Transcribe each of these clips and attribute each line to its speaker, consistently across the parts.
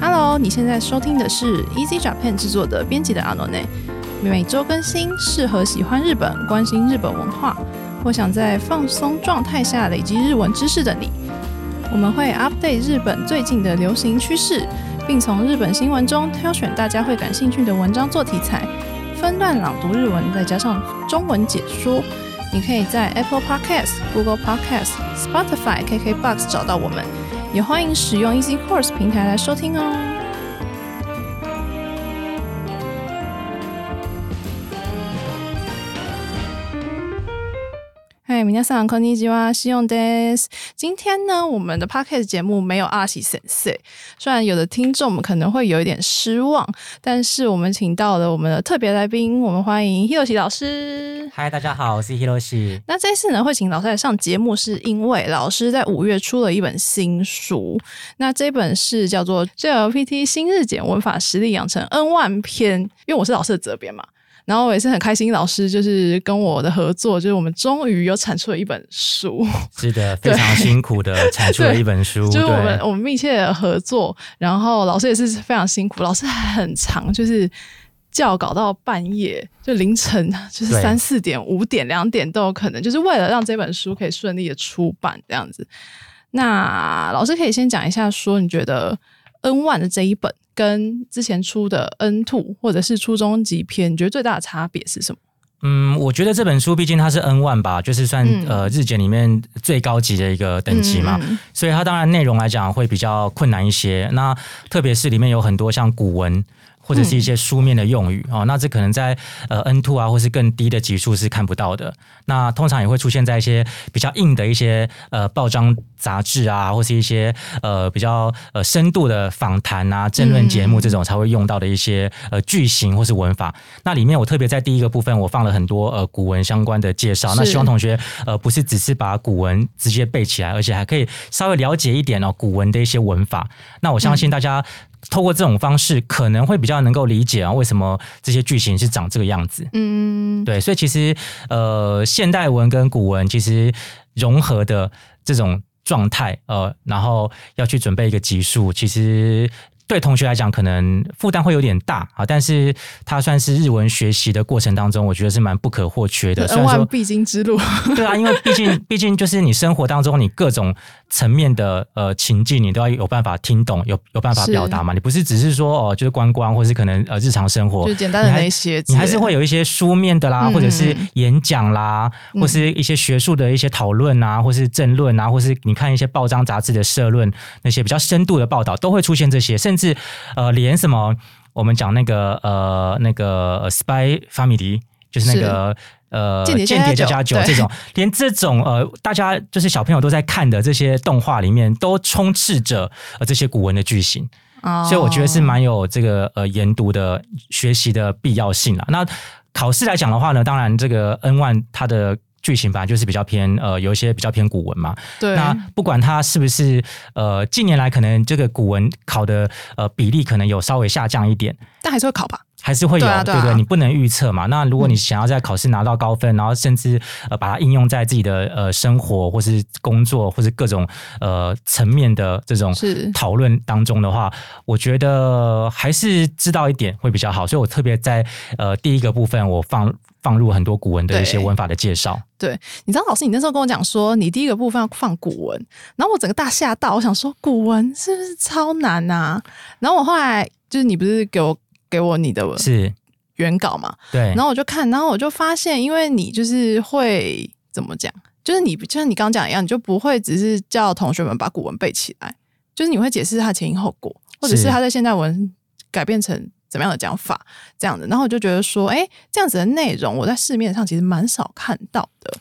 Speaker 1: Hello，你现在收听的是 Easy Japan 制作的编辑的阿诺内，每周更新，适合喜欢日本、关心日本文化，或想在放松状态下累积日文知识的你。我们会 update 日本最近的流行趋势，并从日本新闻中挑选大家会感兴趣的文章做题材，分段朗读日文，再加上中文解说。你可以在 Apple Podcast、Google Podcast、Spotify、KKBox 找到我们，也欢迎使用 Easy Course 平台来收听哦。嗨，皆さんこんにちは、シオンです。今天呢，我们的 podcast 节目没有阿喜先生，虽然有的听众们可能会有一点失望，但是我们请到了我们的特别来宾，我们欢迎 Hiroshi 老师。
Speaker 2: 嗨，大家好，我是 Hiroshi。
Speaker 1: 那这次呢，会请老师来上节目，是因为老师在五月出了一本新书，那这本是叫做《JLPT 新日检文法实力养成 N 万篇》，因为我是老师的责编嘛。然后我也是很开心，老师就是跟我的合作，就是我们终于有产出了一本书，
Speaker 2: 是的，非常辛苦的产出了一本书，
Speaker 1: 就是我们
Speaker 2: 对，
Speaker 1: 我们密切的合作。然后老师也是非常辛苦，老师很长，就是教稿到半夜，就凌晨，就是
Speaker 2: 对
Speaker 1: 三四点、五点、两点都有可能，就是为了让这本书可以顺利的出版这样子。那老师可以先讲一下，说你觉得 N one 的这一本跟之前出的 N two 或者是初中级篇，你觉得最大的差别是什么？
Speaker 2: 嗯，我觉得这本书毕竟它是 N one 吧，就是算、
Speaker 1: 嗯
Speaker 2: 呃日检里面最高级的一个等级嘛，
Speaker 1: 嗯嗯
Speaker 2: 所以它当然内容来讲会比较困难一些。那特别是里面有很多像古文。或者是一些书面的用语、哦，那这可能在呃 N two 啊，或是更低的级数是看不到的。那通常也会出现在一些比较硬的一些呃报章杂志啊，或是一些呃比较呃深度的访谈啊、政论节目这种才会用到的一些呃句型或是文法。那里面我特别在第一个部分我放了很多呃古文相关的介绍，那
Speaker 1: 是
Speaker 2: 希望同学呃不是只是把古文直接背起来，而且还可以稍微了解一点哦古文的一些文法。那我相信大家。透过这种方式，可能会比较能够理解啊，为什么这些句型是长这个样子。
Speaker 1: 嗯，
Speaker 2: 对，所以其实呃，现代文跟古文其实融合的这种状态，呃，然后要去准备一个级数，其实。对同学来讲，可能负担会有点大啊，但是它算是日文学习的过程当中，我觉得是蛮不可或缺的。虽
Speaker 1: ，N
Speaker 2: 然
Speaker 1: one
Speaker 2: 说，
Speaker 1: 必经之路。
Speaker 2: 对啊，因为毕竟毕竟就是你生活当中你各种层面的呃情境，你都要有办法听懂，有有办法
Speaker 1: 是
Speaker 2: 表达嘛。你不是只是说哦、就是观光，或是可能呃日常生活，
Speaker 1: 就简单的
Speaker 2: 你还
Speaker 1: 那些之
Speaker 2: 你
Speaker 1: 类的，
Speaker 2: 还是会有一些书面的啦，
Speaker 1: 嗯
Speaker 2: 或者是演讲啦，或是一些学术的一些讨论啊，或是政论啊，或是你看一些报章杂志的社论，那些比较深度的报道都会出现这些，甚至呃，连什么我们讲那个呃那个呃 spy family，就是那个。呃，
Speaker 1: 间谍加加
Speaker 2: 加加
Speaker 1: 酒
Speaker 2: 酒
Speaker 1: 对
Speaker 2: 这种，连这种呃，大家就是小朋友都在看的这些动画里面，都充斥着呃这些古文的句型。
Speaker 1: 哦，
Speaker 2: 所以我觉得是蛮有这个呃研读的学习的必要性啦。那考试来讲的话呢，当然这个 N one 它的剧情本来就是比较偏呃有一些比较偏古文嘛。
Speaker 1: 对，
Speaker 2: 那不管它是不是呃近年来可能这个古文考的呃比例可能有稍微下降一点，
Speaker 1: 但还是会考吧。
Speaker 2: 还是会有，
Speaker 1: 对啊对嗯啊
Speaker 2: 不对？你不能预测嘛。那如果你想要在考试拿到高分，然后甚至呃把它应用在自己的呃生活或是工作或是各种呃层面的这种
Speaker 1: 是
Speaker 2: 讨论当中的话，我觉得还是知道一点会比较好。所以我特别在呃第一个部分我放放入很多古文的一些
Speaker 1: 对
Speaker 2: 文法的介绍。
Speaker 1: 你知道老师，你那时候跟我讲说，你第一个部分要放古文，然后我整个大吓到，我想说古文是不是超难啊？然后我后来就是你不是给我给我你的
Speaker 2: 是，
Speaker 1: 原稿嘛，
Speaker 2: 对
Speaker 1: 呃然，后我就看，然后我就发现，因为你就是会怎么讲，就是你就像你刚刚讲一样，你就不会只是叫同学们把古文背起来，就是你会解释它前因后果，或者是
Speaker 2: 是
Speaker 1: 它在现代文改变成。怎么样的讲法这样的，然后我就觉得说，哎，这样子的内容我在市面上其实蛮少看到的。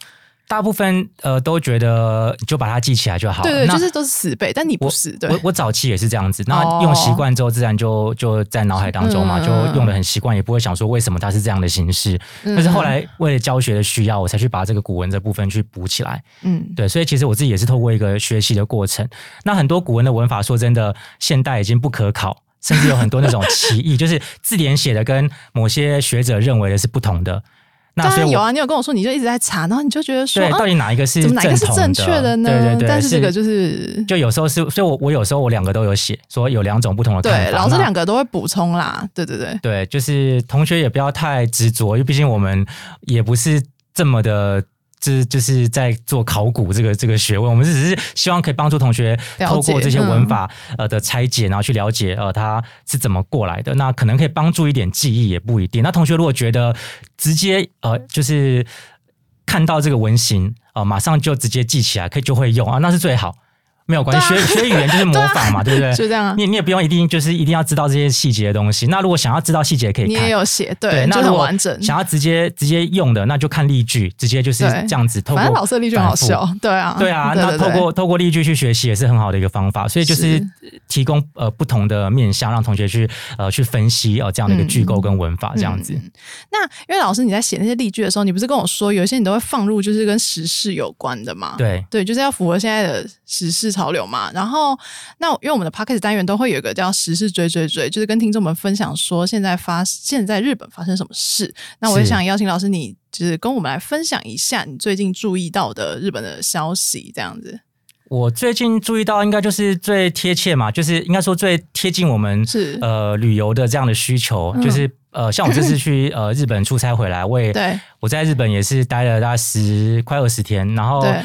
Speaker 2: 大部分呃都觉得就把它记起来就好。
Speaker 1: 对对，
Speaker 2: 那
Speaker 1: 就是都是死背，但你不是对
Speaker 2: 我我早期也是这样子，那
Speaker 1: 哦
Speaker 2: 用习惯之后，自然就就在脑海当中嘛，
Speaker 1: 嗯
Speaker 2: 就用的很习惯，也不会想说为什么它是这样的形式。
Speaker 1: 嗯
Speaker 2: 但是后来为了教学的需要，我才去把这个古文这部分去补起来。
Speaker 1: 嗯，
Speaker 2: 对，所以其实我自己也是透过一个学习的过程。那很多古文的文法，说真的，现代已经不可考，甚 至有很多那种歧义，就是字典写的跟某些学者认为的是不同的。那
Speaker 1: 当
Speaker 2: 所以
Speaker 1: 然
Speaker 2: 我
Speaker 1: 有啊，你有跟我说你就一直在查，然后你就觉得说
Speaker 2: 对，
Speaker 1: 啊
Speaker 2: 到，底哪一个是
Speaker 1: 怎么
Speaker 2: 正
Speaker 1: 哪一个是
Speaker 2: 统
Speaker 1: 正确的呢？
Speaker 2: 对对对，
Speaker 1: 但是这个就是
Speaker 2: 就有时候是，所以我我有时候我两个都有写，说有两种不同的看法。
Speaker 1: 对，然后这
Speaker 2: 那
Speaker 1: 两个都会补充啦，对对对。
Speaker 2: 对，就是同学也不要太执着，因为毕竟我们也不是这么的。就是就是在做考古这个这个学问，我们只是希望可以帮助同学
Speaker 1: 了解嗯
Speaker 2: 透过这些文法、呃的拆解，然后去了解呃他是怎么过来的。那可能可以帮助一点记忆，也不一定。那同学如果觉得直接呃就是看到这个文型啊、呃马上就直接记起来，可以就会用啊，那是最好，没有关系。
Speaker 1: 对啊
Speaker 2: 学学语言 就是模仿嘛，对不对？
Speaker 1: 就这样啊，
Speaker 2: 你你也不用一定就是一定要知道这些细节的东西。那如果想要知道细节，可以
Speaker 1: 你
Speaker 2: 看
Speaker 1: 也。有写，
Speaker 2: 对，
Speaker 1: 就
Speaker 2: 那如
Speaker 1: 很
Speaker 2: 果
Speaker 1: 完整。
Speaker 2: 想要直接直接用的，那就看例句，直接就是
Speaker 1: 对
Speaker 2: 这样子。透过
Speaker 1: 反正老师的例句很好
Speaker 2: 反复
Speaker 1: 笑，对啊，
Speaker 2: 对啊，
Speaker 1: 对
Speaker 2: 那透过透过例句去学习也是很好的一个方法，所以就是提供呃不同的面向，让同学去呃去分析呃这样的一个
Speaker 1: 嗯
Speaker 2: 句构跟文法这样子。
Speaker 1: 那因为老师你在写那些例句的时候，你不是跟我说有一些你都会放入就是跟时事有关的嘛？
Speaker 2: 对
Speaker 1: 对，就是要符合现在的时事潮流嘛。然后，那因为我们的 p o c k e t 单元都会有一个叫“时事追追追”，就是跟听众们分享说现在发现在日本发生什么事。那我也
Speaker 2: 是
Speaker 1: 想邀请老师你，就是跟我们来分享一下你最近注意到的日本的消息，这样子
Speaker 2: 我最近注意到，应该就是最贴切嘛，就是应该说最贴近我们
Speaker 1: 是
Speaker 2: 呃旅游的这样的需求，
Speaker 1: 嗯
Speaker 2: 就是呃像我这次去呃日本出差回来，我也
Speaker 1: 对
Speaker 2: 我在日本也是待了大概十快二十天，然后
Speaker 1: 对。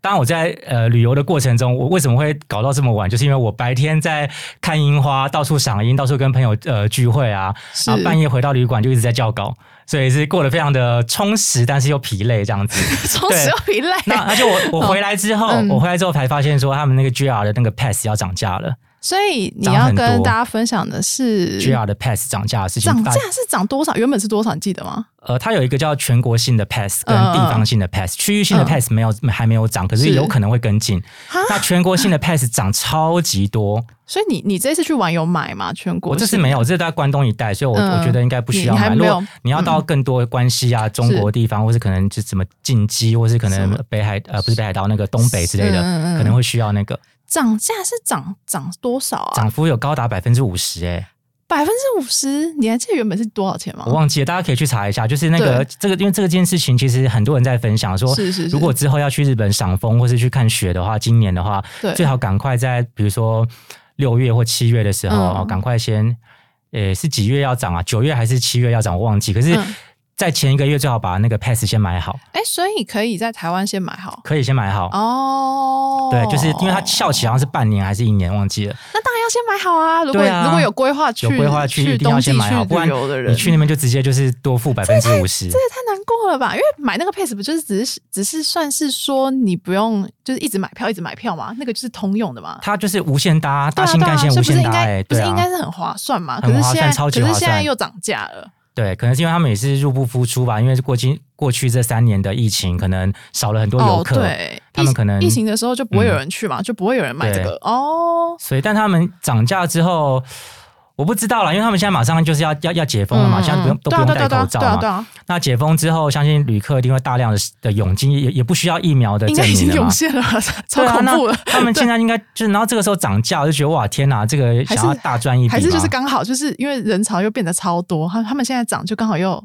Speaker 2: 当然，我在呃旅游的过程中，我为什么会搞到这么晚，就是因为我白天在看樱花，到处赏樱，到处跟朋友呃聚会啊，
Speaker 1: 是
Speaker 2: 然后半夜回到旅馆就一直在校稿，所以是过得非常的充实，但是又疲累这样 子。
Speaker 1: 从此又疲累，
Speaker 2: 那而且我我回来之后，
Speaker 1: 嗯
Speaker 2: 我回来之后才发现说，他们那个 JR 的那个 Pass 要涨价了
Speaker 1: 所以你
Speaker 2: 涨
Speaker 1: 要
Speaker 2: 很
Speaker 1: 跟
Speaker 2: 多
Speaker 1: 大家分享的是
Speaker 2: ，JR 的 Pass 涨价的事情，
Speaker 1: 涨
Speaker 2: 大
Speaker 1: 价是涨多少？原本是多少？你记得吗？
Speaker 2: 呃，它有一个叫全国性的 pass 跟
Speaker 1: 嗯嗯
Speaker 2: 地方性的 pass，、区域性的
Speaker 1: 嗯
Speaker 2: pass 没有、还没有涨，可
Speaker 1: 是
Speaker 2: 是有可能会跟进
Speaker 1: 哈。
Speaker 2: 那全国性的 pass 涨超级多，
Speaker 1: 所以你你这次去玩有买吗？全 国
Speaker 2: 我这次
Speaker 1: 性
Speaker 2: 没有，我这是在关东一带，所以我、
Speaker 1: 嗯
Speaker 2: 我觉得应该不需要
Speaker 1: 你你还
Speaker 2: 买。
Speaker 1: 没
Speaker 2: 如
Speaker 1: 有嗯
Speaker 2: 果你要到更多的关西啊、中国地方，或是可能就什么近畿，或是可
Speaker 1: 什
Speaker 2: 能
Speaker 1: 么
Speaker 2: 北海呃不是北海道那个东北之类的，
Speaker 1: 嗯嗯嗯
Speaker 2: 可能会需要那个
Speaker 1: 涨价是涨涨多少啊？
Speaker 2: 涨幅有高达百分之五十哎。
Speaker 1: 百分之五十？你还记得原本是多少钱吗
Speaker 2: 我？忘记了，大家可以去查一下。就是那个
Speaker 1: 对
Speaker 2: 这个，因为这个件事情，其实很多人在分享说，
Speaker 1: 是是是
Speaker 2: 如果之后要去日本赏枫或是去看雪的话，今年的话，
Speaker 1: 对
Speaker 2: 最好赶快在比如说六月或七月的时候，
Speaker 1: 嗯
Speaker 2: 哦赶快先，呃，是几月要涨啊？九月还是七月要涨？我忘记。可是
Speaker 1: 嗯，
Speaker 2: 在前一个月最好把那个 pass 先买好，
Speaker 1: 哎、所以可以在台湾先买好
Speaker 2: 可以先买好。
Speaker 1: 哦。
Speaker 2: 对，就是因为它效期好像是半年还是一年，忘记了。
Speaker 1: 那当然要先买好啊。如果、
Speaker 2: 对啊
Speaker 1: 如果有规划去
Speaker 2: 有规划去一定要
Speaker 1: 冬季
Speaker 2: 先买好，不
Speaker 1: 去
Speaker 2: 然
Speaker 1: 旅游的人，
Speaker 2: 你去那边就直接就是多付百分之五十。
Speaker 1: 这也太难过了吧？因为买那个 pass 不就是只是只是算是说你不用就是一直买票一直买票嘛，那个就是通用的嘛。
Speaker 2: 它就是无限搭，
Speaker 1: 对
Speaker 2: 搭
Speaker 1: 啊
Speaker 2: 新
Speaker 1: 对
Speaker 2: 干
Speaker 1: 啊，
Speaker 2: 线
Speaker 1: 所以不
Speaker 2: 无
Speaker 1: 是
Speaker 2: 限
Speaker 1: 应
Speaker 2: 搭，
Speaker 1: 该
Speaker 2: 哎，
Speaker 1: 不
Speaker 2: 对
Speaker 1: 是
Speaker 2: 啊
Speaker 1: 应。该是很划算嘛？可
Speaker 2: 很
Speaker 1: 是
Speaker 2: 划
Speaker 1: 现
Speaker 2: 算
Speaker 1: 在
Speaker 2: 超级
Speaker 1: 可
Speaker 2: 划
Speaker 1: 是现在
Speaker 2: 算
Speaker 1: 又涨价了，
Speaker 2: 对，可能是因为他们也是入不敷出吧，因为过今过去这三年的疫情，可能少了很多游
Speaker 1: 哦，
Speaker 2: 客，
Speaker 1: 对，
Speaker 2: 他
Speaker 1: 疫
Speaker 2: 们可能嗯
Speaker 1: 疫情的时候就不会有人去嘛，就不会有人买这个哦。
Speaker 2: 所以但他们涨价之后，我不知道啦，因为他们现在马上就是要要要解封了嘛，
Speaker 1: 嗯
Speaker 2: 现在不用
Speaker 1: 嗯
Speaker 2: 都不用
Speaker 1: 对啊
Speaker 2: 戴
Speaker 1: 对啊
Speaker 2: 口罩
Speaker 1: 对啊
Speaker 2: 嘛。
Speaker 1: 对啊，
Speaker 2: 那解封之后，相信旅客一定会大量的的涌进，也也不需要疫苗的
Speaker 1: 应
Speaker 2: 证
Speaker 1: 该已经
Speaker 2: 明了
Speaker 1: 涌
Speaker 2: 嘛。
Speaker 1: 现了， 超
Speaker 2: 对啊，
Speaker 1: 恐怖
Speaker 2: 那
Speaker 1: 了。
Speaker 2: 他们 现在应该就是，然后这个时候涨价，我就觉得哇天哪，这个想要
Speaker 1: 还是
Speaker 2: 大赚一笔
Speaker 1: 还是就是
Speaker 2: 吗
Speaker 1: 刚好，就是因为人潮又变得超多，他他们现在涨就刚好又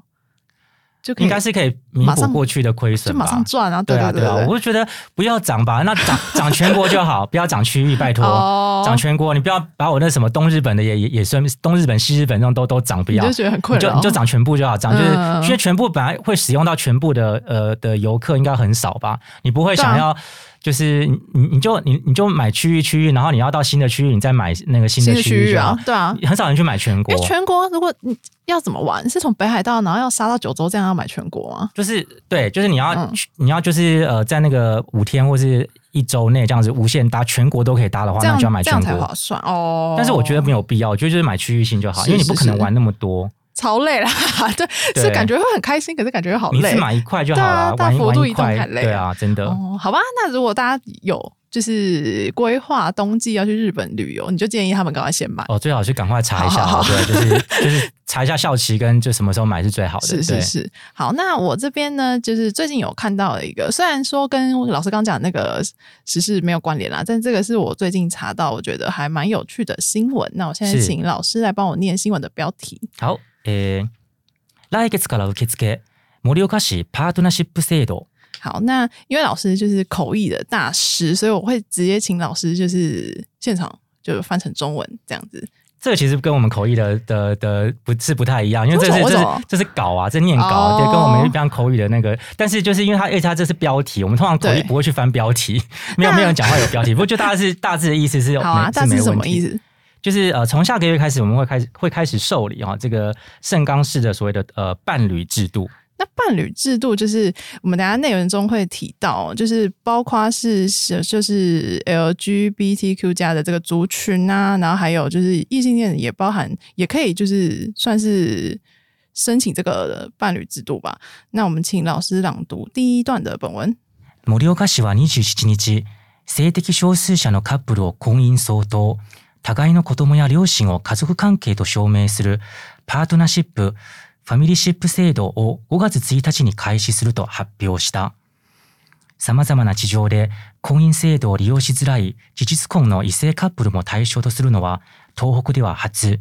Speaker 1: 就可以
Speaker 2: 应该是可以弥
Speaker 1: 马
Speaker 2: 补
Speaker 1: 上
Speaker 2: 过去的亏
Speaker 1: 就
Speaker 2: 损吧。
Speaker 1: 马上赚啊，
Speaker 2: 对
Speaker 1: 对
Speaker 2: 啊，
Speaker 1: 对
Speaker 2: 对啊，我就觉得不要涨吧，那 涨涨全国就好，不要涨区域，拜托。
Speaker 1: 哦
Speaker 2: 涨全国，你不要把我那什么东日本的也也也算东日本、西日本那种都都涨，不
Speaker 1: 你
Speaker 2: 要
Speaker 1: 就。觉得很
Speaker 2: 你
Speaker 1: 困
Speaker 2: 就
Speaker 1: 扰，
Speaker 2: 你就涨全部就好，涨就是、
Speaker 1: 嗯
Speaker 2: 因为全部本来会使用到全部的呃的游客应该很少吧，你不会
Speaker 1: 对啊
Speaker 2: 想要就是你你你就你你就买区域区域，然后你要到新的区域，你再买那个新
Speaker 1: 新
Speaker 2: 的
Speaker 1: 的
Speaker 2: 区
Speaker 1: 区
Speaker 2: 域
Speaker 1: 域
Speaker 2: 就好
Speaker 1: 啊，，对啊。
Speaker 2: 很少人去买全国
Speaker 1: 因为，全国如果你要怎么玩，是从北海道然后要杀到九州，这样要买全国吗？
Speaker 2: 就是对，就是你要、
Speaker 1: 嗯
Speaker 2: 你要就是呃在那个五天或是一周内这样子无限搭全国都可以搭的话，
Speaker 1: 这
Speaker 2: 那
Speaker 1: 样
Speaker 2: 就要买
Speaker 1: 这样
Speaker 2: 全
Speaker 1: 才
Speaker 2: 国
Speaker 1: 划。算哦。
Speaker 2: 但是我觉得没有必要，我觉得就是买区域性就好，
Speaker 1: 是
Speaker 2: 因为你不可能
Speaker 1: 是是
Speaker 2: 玩那么多，
Speaker 1: 超累啦， 对，
Speaker 2: 对
Speaker 1: 是感觉会很开心，可是感觉又好
Speaker 2: 你一
Speaker 1: 累
Speaker 2: 次。买一块就好
Speaker 1: 对啊
Speaker 2: 了，
Speaker 1: 大
Speaker 2: 玩一
Speaker 1: 幅度
Speaker 2: 玩
Speaker 1: 移
Speaker 2: 一
Speaker 1: 动太
Speaker 2: 块，
Speaker 1: 累
Speaker 2: 对啊，真的。
Speaker 1: 哦，好吧，那如果大家有就是规划冬季要去日本旅游，你就建议他们赶快先买。
Speaker 2: 哦，最好是赶快查一下，
Speaker 1: 好好好
Speaker 2: 对，就是就是查一下校期跟就什么时候买是最好的。
Speaker 1: 是是
Speaker 2: 对，
Speaker 1: 是，好，那我这边呢，就是最近有看到了一个，虽然说跟老师刚讲的那个时事没有关联啦，啊但这个是我最近查到，我觉得还蛮有趣的新闻。那我现在
Speaker 2: 是
Speaker 1: 请老师来帮我念新闻的标题。
Speaker 2: 好，诶、来月から受付盛岡市パートナーシップ制度。
Speaker 1: 好，那因为老师就是口译的大师，所以我会直接请老师就是现场就翻成中文这样子。
Speaker 2: 这个其实跟我们口译的的的不是不太一样，因为这
Speaker 1: 为
Speaker 2: 是这
Speaker 1: 什
Speaker 2: 是
Speaker 1: 么
Speaker 2: 这是稿啊，这念稿、
Speaker 1: 哦
Speaker 2: 对，跟我们一般口语的那个，但是就是因为它，而且它这是标题，我们通常口译
Speaker 1: 对
Speaker 2: 不会去翻标题， 没有
Speaker 1: 那
Speaker 2: 没有人讲话有标题，不过就大致大致的意思是
Speaker 1: 好啊，
Speaker 2: 没
Speaker 1: 大致
Speaker 2: 是
Speaker 1: 是
Speaker 2: 没
Speaker 1: 什
Speaker 2: 问
Speaker 1: 么
Speaker 2: 题
Speaker 1: 意。思？
Speaker 2: 就是呃，从下个月开始，我们会开始会开始受理啊、哦，这个盛冈市的所谓的呃伴侣制度。
Speaker 1: 那伴侣制度就是我们等一下内容中会提到，就是包括是是就是 LGBTQ 加的这个族群啊，然后还有就是异性恋也包含，也可以就是算是申请这个伴侣制度吧。那我们请老师朗读第一段的本文。
Speaker 2: 盛岡市は27日、性的少数者のカップルを婚姻相当、互いの子供や両親を家族関係と証明するパートナーシップ、ファミリーシップ制度を5月1日に開始すると発表した。様々な事情で婚姻制度を利用しづらい事実婚の異性カップルも対象とするのは東北では初。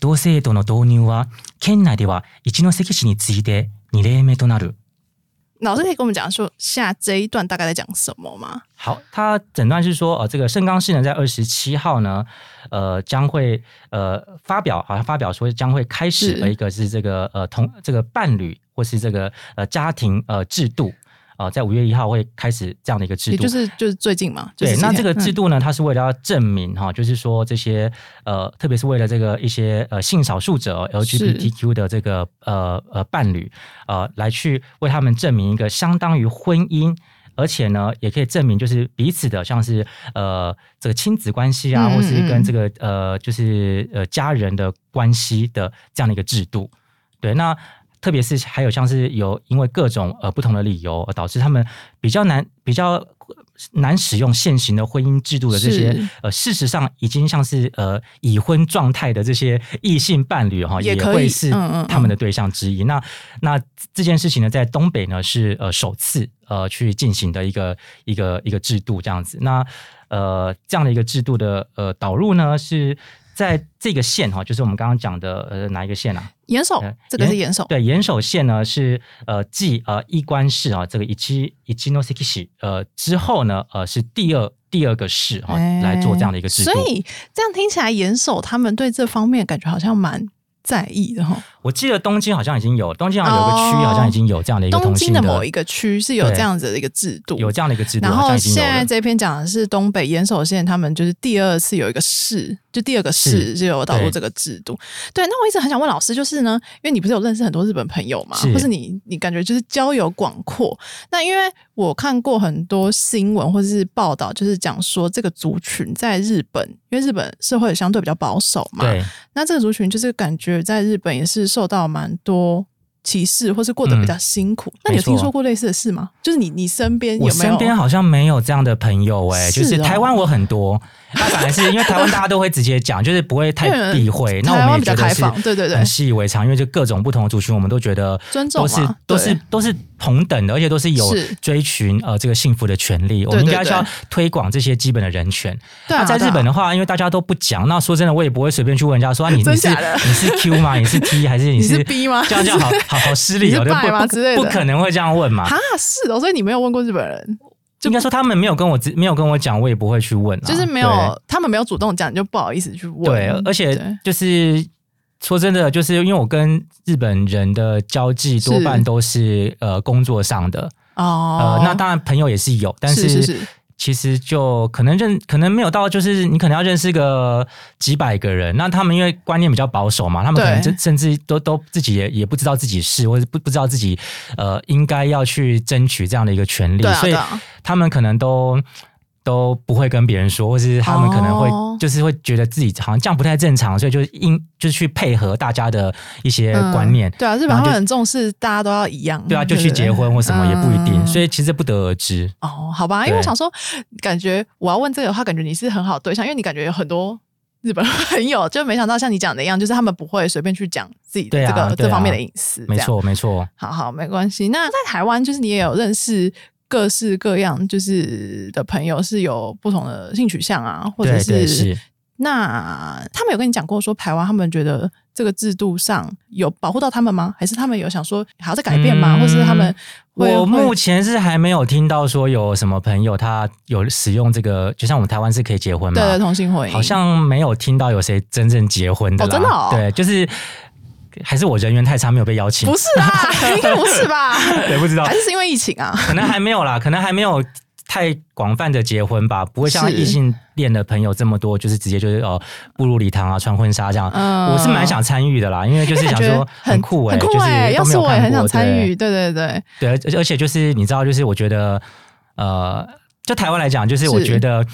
Speaker 2: 同制度の導入は県内では一関市に次いで2例目となる。
Speaker 1: 老师可以跟我们讲说下这一段大概在讲什么吗？
Speaker 2: 好，它诊断是说，呃，这个盛冈市呢，在二十七号呢，呃，将会呃发表，好像发表说将会开
Speaker 1: 是
Speaker 2: 始了一个是这个呃同这个伴侣或是这个呃家庭呃制度，呃，在五月一号会开始这样的一个制
Speaker 1: 也
Speaker 2: 度
Speaker 1: 就。是就是最近嘛。就
Speaker 2: 对，
Speaker 1: 是嗯
Speaker 2: 那这个
Speaker 1: 几天
Speaker 2: 制度呢，它是为了要证明哈、就是说这些呃，特别是为了这个一些呃性少数者 LGBTQ 的这个呃呃伴侣呃，来去为他们证明一个相当于婚姻。而且呢，也可以证明就是彼此的，像是呃这个亲子关系啊，
Speaker 1: 嗯
Speaker 2: 或是
Speaker 1: 嗯
Speaker 2: 跟
Speaker 1: 嗯
Speaker 2: 这个呃就是呃家人的关系的这样的一个制度。对，那特别是还有像是有因为各种呃不同的理由，而导致他们比较难比较呃难使用现行的婚姻制度的这些
Speaker 1: 是
Speaker 2: 呃，事实上已经像是呃已婚状态的这些异性伴侣哈，
Speaker 1: 也可以
Speaker 2: 会是
Speaker 1: 嗯嗯嗯
Speaker 2: 他们的对象之一。那那这件事情呢，在东北呢是呃首次呃去进行的一个一个一个制度这样子。那呃这样的一个制度的呃导入呢是。在这个县哈，就是我们刚刚讲的呃哪一个县啊？
Speaker 1: 严守
Speaker 2: 呃，
Speaker 1: 这个是严守，
Speaker 2: 对，岩手县呢是呃继呃一关市啊，这个一期一期 no s i k i s 呃之后呢，呃是第二第二个市啊、
Speaker 1: 哎
Speaker 2: 来做这样的一个制度。
Speaker 1: 所以这样听起来，严守他们对这方面感觉好像蛮在意的哈。
Speaker 2: 我记得东京好像已经有，东京好像有一个区域
Speaker 1: 哦
Speaker 2: 好像已经有这样的一个
Speaker 1: 东
Speaker 2: 同性
Speaker 1: 京
Speaker 2: 的
Speaker 1: 的某一个区是有这样子的一个制度，
Speaker 2: 有这样的一个制度，
Speaker 1: 然
Speaker 2: 好
Speaker 1: 后
Speaker 2: 像已经
Speaker 1: 现
Speaker 2: 有了
Speaker 1: 在这篇讲的是东北岩手县，他们就是第二次有一个市，就第二个市
Speaker 2: 是
Speaker 1: 就有导入
Speaker 2: 对
Speaker 1: 这个制度。对，那我一直很想问老师，就是呢，因为你不是有认识很多日本朋友嘛，
Speaker 2: 是
Speaker 1: 或是你你感觉就是交友广阔。那因为我看过很多新闻或是报道，就是讲说这个族群在日本，因为日本社会相对比较保守嘛，
Speaker 2: 对
Speaker 1: 那这个族群就是感觉在日本也是受到蛮多歧视，或是过得比较辛苦。那你有
Speaker 2: 嗯没错
Speaker 1: 听说过类似的事吗？就是你你身边有没
Speaker 2: 我
Speaker 1: 有？
Speaker 2: 身边好像没有这样的朋友哎、
Speaker 1: 是
Speaker 2: 就是
Speaker 1: 哦
Speaker 2: 台湾我很多，那反而是因为台湾大家都会直 接讲，就是不会
Speaker 1: 因为
Speaker 2: 太避讳。那
Speaker 1: 台
Speaker 2: 我
Speaker 1: 湾
Speaker 2: 们
Speaker 1: 比较
Speaker 2: 也觉得
Speaker 1: 开
Speaker 2: 是
Speaker 1: 放对对对
Speaker 2: 很习以为常，因为就各种不同的族群，我们都觉得
Speaker 1: 尊重
Speaker 2: 都是
Speaker 1: 嘛
Speaker 2: 都
Speaker 1: 对
Speaker 2: 是都是同等的，而且都是有
Speaker 1: 是
Speaker 2: 追寻呃这个幸福的权利。我们应
Speaker 1: 对
Speaker 2: 该需
Speaker 1: 对
Speaker 2: 要推广这些基本的人权。
Speaker 1: 对啊，
Speaker 2: 那在
Speaker 1: 对啊
Speaker 2: 日本的话，因为大家都不讲，那说真的，我也不会随便去问人家说啊，你
Speaker 1: 真
Speaker 2: 你是
Speaker 1: 假的
Speaker 2: 你是 Q 吗？你是 T 还是你
Speaker 1: 你是
Speaker 2: 是
Speaker 1: B 吗
Speaker 2: 这样这样好好好失礼哦，
Speaker 1: 你是
Speaker 2: 就
Speaker 1: bi 吗之类
Speaker 2: 不
Speaker 1: 的
Speaker 2: 不不可能会这样问嘛。
Speaker 1: 哈是哦，所以你没有问过日本人，
Speaker 2: 应该说他们没有跟我直没有跟我讲，我也不会去问、啊，
Speaker 1: 就是没
Speaker 2: 对
Speaker 1: 有他们没有主动讲，你就不好意思去问。
Speaker 2: 对，而且
Speaker 1: 对
Speaker 2: 就是说真的，就是因为我跟日本人的交际多
Speaker 1: 是
Speaker 2: 半都是呃工作上的，
Speaker 1: 哦
Speaker 2: 呃，，那当然朋友也是有，但
Speaker 1: 是是是
Speaker 2: 其实就可能认，可能没有到，就是你可能要认识个几百个人。那他们因为观念比较保守嘛，他们可能
Speaker 1: 对
Speaker 2: 甚甚至都都自己也也不知道自己是，或者不不知道自己呃应该要去争取这样的一个权利，
Speaker 1: 对啊
Speaker 2: 所以
Speaker 1: 对啊
Speaker 2: 他们可能都都不会跟别人说，或是他们可能会、
Speaker 1: 哦
Speaker 2: 就是会觉得自己好像这样不太正常，所以就应就是去配合大家的一些
Speaker 1: 嗯
Speaker 2: 观念。
Speaker 1: 对啊，日本
Speaker 2: 然后
Speaker 1: 他
Speaker 2: 就
Speaker 1: 们很重视大家都要一样，
Speaker 2: 对啊，就去
Speaker 1: 不
Speaker 2: 结婚或什么也不一定，
Speaker 1: 嗯
Speaker 2: 所以其实不得而知。
Speaker 1: 哦，好吧，因为我
Speaker 2: 对
Speaker 1: 想说，感觉我要问这个的话，感觉你是很好对象，因为你感觉有很多日本朋友，就没想到像你讲的一样，就是他们不会随便去讲自己的
Speaker 2: 对啊
Speaker 1: 这个、
Speaker 2: 对
Speaker 1: 这
Speaker 2: 啊
Speaker 1: 方面的隐私。
Speaker 2: 没
Speaker 1: 这样，
Speaker 2: 错，没错。
Speaker 1: 好好没关系。那在台湾，就是你也有认识各式各样就是的朋友，是有不同的性取向啊，或者
Speaker 2: 对对是
Speaker 1: 那他们有跟你讲过说台湾他们觉得这个制度上有保护到他们吗？还是他们有想说还要再改变吗？
Speaker 2: 嗯
Speaker 1: 或是他们会
Speaker 2: 我目
Speaker 1: 会
Speaker 2: 前是还没有听到说有什么朋友他有使用这个，就像我们台湾是可以结婚嘛，
Speaker 1: 对对同性婚姻？
Speaker 2: 好像没有听到有谁真正结婚的啦。
Speaker 1: 哦真的哦
Speaker 2: 对，就是还是我人缘太差，没有被邀请
Speaker 1: 不，是啦，应该不是吧？
Speaker 2: 对，不知道
Speaker 1: 还，是是因为疫情啊？
Speaker 2: 可能还没有啦，可能还没有。太广泛的结婚吧，不会像
Speaker 1: 是
Speaker 2: 异性恋的朋友这么多，就是直接就是哦步入礼堂啊，穿婚纱这样。
Speaker 1: 嗯
Speaker 2: 我是蛮想参与的啦，因为就是
Speaker 1: 因为
Speaker 2: 想
Speaker 1: 感觉
Speaker 2: 说很酷哎、
Speaker 1: 很酷
Speaker 2: 就是
Speaker 1: 哎、
Speaker 2: 都
Speaker 1: 要
Speaker 2: 没
Speaker 1: 是
Speaker 2: 有
Speaker 1: 我也
Speaker 2: 看
Speaker 1: 很想
Speaker 2: 过
Speaker 1: 参
Speaker 2: 对
Speaker 1: 与，对对对，
Speaker 2: 对，而且而且就是你知道，就是我觉得，呃，就台湾来讲，就是我
Speaker 1: 是
Speaker 2: 觉得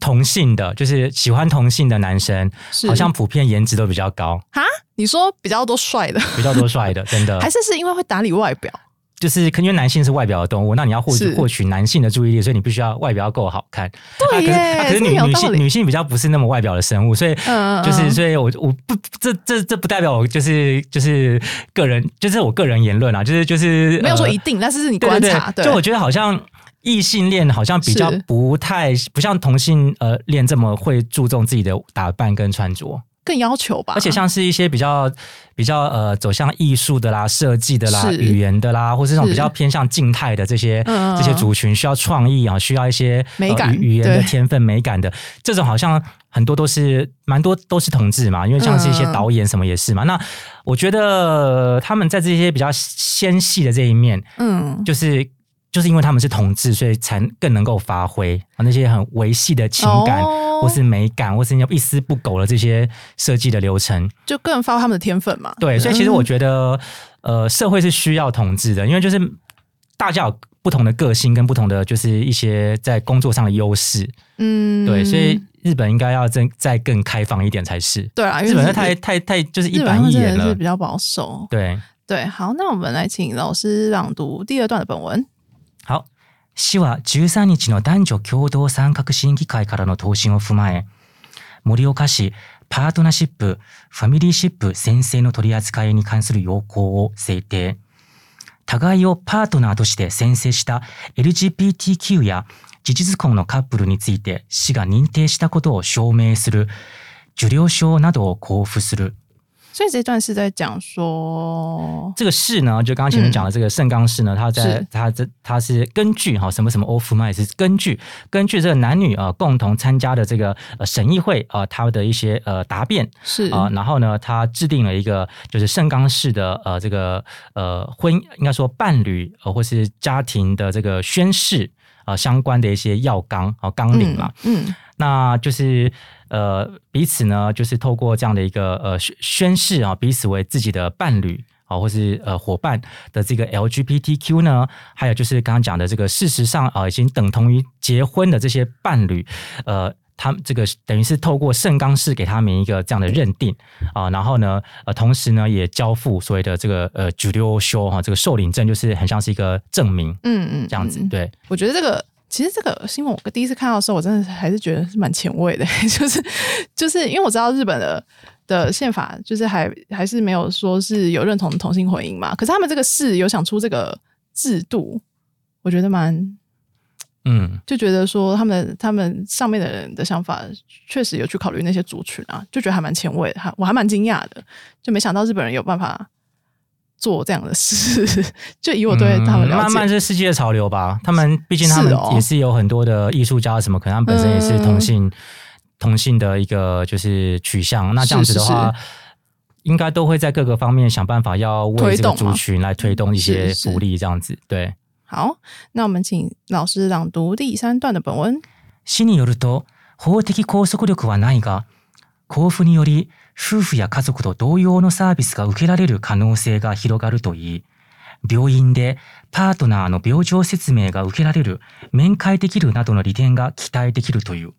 Speaker 2: 同性的，就是喜欢同性的男生，
Speaker 1: 是
Speaker 2: 好像普遍颜值都比较高，
Speaker 1: 哈，你说比较多帅的，
Speaker 2: 比较多帅的， 真的
Speaker 1: 还。是是因为会打理外表？
Speaker 2: 就是因为男性是外表的动物，那你要获
Speaker 1: 是
Speaker 2: 获取男性的注意力，所以你必须要外表要够好看。啊
Speaker 1: 对
Speaker 2: 可是
Speaker 1: 耶，
Speaker 2: 啊可是
Speaker 1: 真的
Speaker 2: 女
Speaker 1: 有
Speaker 2: 女
Speaker 1: 道
Speaker 2: 性
Speaker 1: 理。
Speaker 2: 女性比较不是那么外表的生物，所以
Speaker 1: 嗯嗯
Speaker 2: 就是，
Speaker 1: 嗯
Speaker 2: 所以我我不这这这不代表我就是就是个人，就是我个人言论啊，就是就是
Speaker 1: 没有说
Speaker 2: 呃
Speaker 1: 一定，但是是你
Speaker 2: 对
Speaker 1: 观
Speaker 2: 对
Speaker 1: 察，
Speaker 2: 对，就我觉得好像异性恋好像比较
Speaker 1: 是
Speaker 2: 不太不像同性呃恋这么会注重自己的打扮跟穿着，
Speaker 1: 更要求吧。
Speaker 2: 而且像是一些比较比较呃走向艺术的啦、设计的啦、
Speaker 1: 是
Speaker 2: 语言的啦，或是那种
Speaker 1: 是
Speaker 2: 比较偏向静态的这些
Speaker 1: 嗯嗯嗯
Speaker 2: 这些族群，需要创意啊，需要一些
Speaker 1: 美
Speaker 2: 呃
Speaker 1: 感
Speaker 2: 语语言的
Speaker 1: 对
Speaker 2: 天分、美感的这种，好像很多都是蛮多都是同志嘛，因为像是一
Speaker 1: 嗯
Speaker 2: 些
Speaker 1: 嗯嗯
Speaker 2: 导演什么也是嘛。那我觉得他们在这些比较纤细的这一面，
Speaker 1: 嗯，
Speaker 2: 就是就是因为他们是同志，所以才更能够发挥啊那些很维系的情感，
Speaker 1: 哦
Speaker 2: 或是美感，或是一丝不苟的这些设计的流程。
Speaker 1: 就更发挥他们的天分嘛。
Speaker 2: 对，所以其实我
Speaker 1: 嗯
Speaker 2: 觉得，呃，社会是需要同志的，因为就是大家有不同的个性跟不同的就是一些在工作上的优势。
Speaker 1: 嗯，
Speaker 2: 对，所以日本应该要再再更开放一点才是。
Speaker 1: 对啊，因为
Speaker 2: 日本那太太太就是
Speaker 1: 日
Speaker 2: 一
Speaker 1: 本他
Speaker 2: 板
Speaker 1: 们
Speaker 2: 一
Speaker 1: 真
Speaker 2: 眼
Speaker 1: 的是
Speaker 2: 了
Speaker 1: 比。较保守。
Speaker 2: 对，
Speaker 1: 对，好，那我们来请老师朗读第二段的本文。
Speaker 2: 好。市は13日の男女共同参画審議会からの答申を踏まえ、盛岡市パートナーシップ、ファミリーシップ先生の取り扱いに関する要項を制定。互いをパートナーとして宣誓した LGBTQ や事実婚のカップルについて市が認定したことを証明する受領証などを交付する。
Speaker 1: 所以这段是在讲说，
Speaker 2: 这个市呢，就刚刚前面讲的这个盛冈市呢，它在
Speaker 1: 嗯是
Speaker 2: 它这它是根据哈什么什么 of my 是根据根据这个男女呃共同参加的这个呃审议会啊、呃，它的一些呃答辩
Speaker 1: 是
Speaker 2: 啊、呃然后呢，它制定了一个就是盛冈市的呃这个呃婚应该说伴侣呃或是家庭的这个宣誓啊、呃、相关的一些要纲啊、呃、纲领啦。
Speaker 1: 嗯，嗯，
Speaker 2: 那就是呃彼此呢，就是透过这样的一个呃宣宣誓啊，彼此为自己的伴侣。啊，或是呃伙伴的这个 LGBTQ 呢，还有就是刚刚讲的这个，事实上啊、呃已经等同于结婚的这些伴侣，呃，他们这个等于是透过盛冈市给他们一个这样的认定啊、然后呢，呃，同时呢也交付所谓的这个呃 j u d i o s h o 哈、这个受领证，就是很像是一个证明
Speaker 1: 嗯嗯，
Speaker 2: 这样子，
Speaker 1: 嗯
Speaker 2: 对，
Speaker 1: 我觉得这个其实这个新闻我第一次看到的时候，我真的还是觉得是蛮前卫的， 就是就是因为我知道日本的的宪法就是还还是没有说是有认同同性婚姻嘛，可是他们这个是有想出这个制度，我觉得蛮
Speaker 2: 嗯，
Speaker 1: 就觉得说他们他们上面的人的想法确实有去考虑那些族群啊，就觉得还蛮前卫的，还我还蛮惊讶的，就没想到日本人有办法。做这样的事， 就以我对他们了解，
Speaker 2: 嗯慢慢是世界的潮流吧。他们毕竟
Speaker 1: 是
Speaker 2: 他们
Speaker 1: 哦
Speaker 2: 也是有很多的艺术家什么，可能他们本身也是同性、
Speaker 1: 嗯
Speaker 2: 同性的一个就是取向。那这样子的话。
Speaker 1: 是
Speaker 2: 应该都会在各个方面想办法，要为
Speaker 1: 推
Speaker 2: 这个
Speaker 1: 动
Speaker 2: 族
Speaker 1: 嘛
Speaker 2: 群来推动一些
Speaker 1: 是是
Speaker 2: 福利，这样子。对，
Speaker 1: 好，那我们请老师朗读第三段的本文。
Speaker 2: 市によると法的拘束力はないが交付により夫婦や家族と同様のサービスが受けられる可能性が広がるといい病院でパートナーの病状説明が受けられる面会できるなどの利点が期待できるという。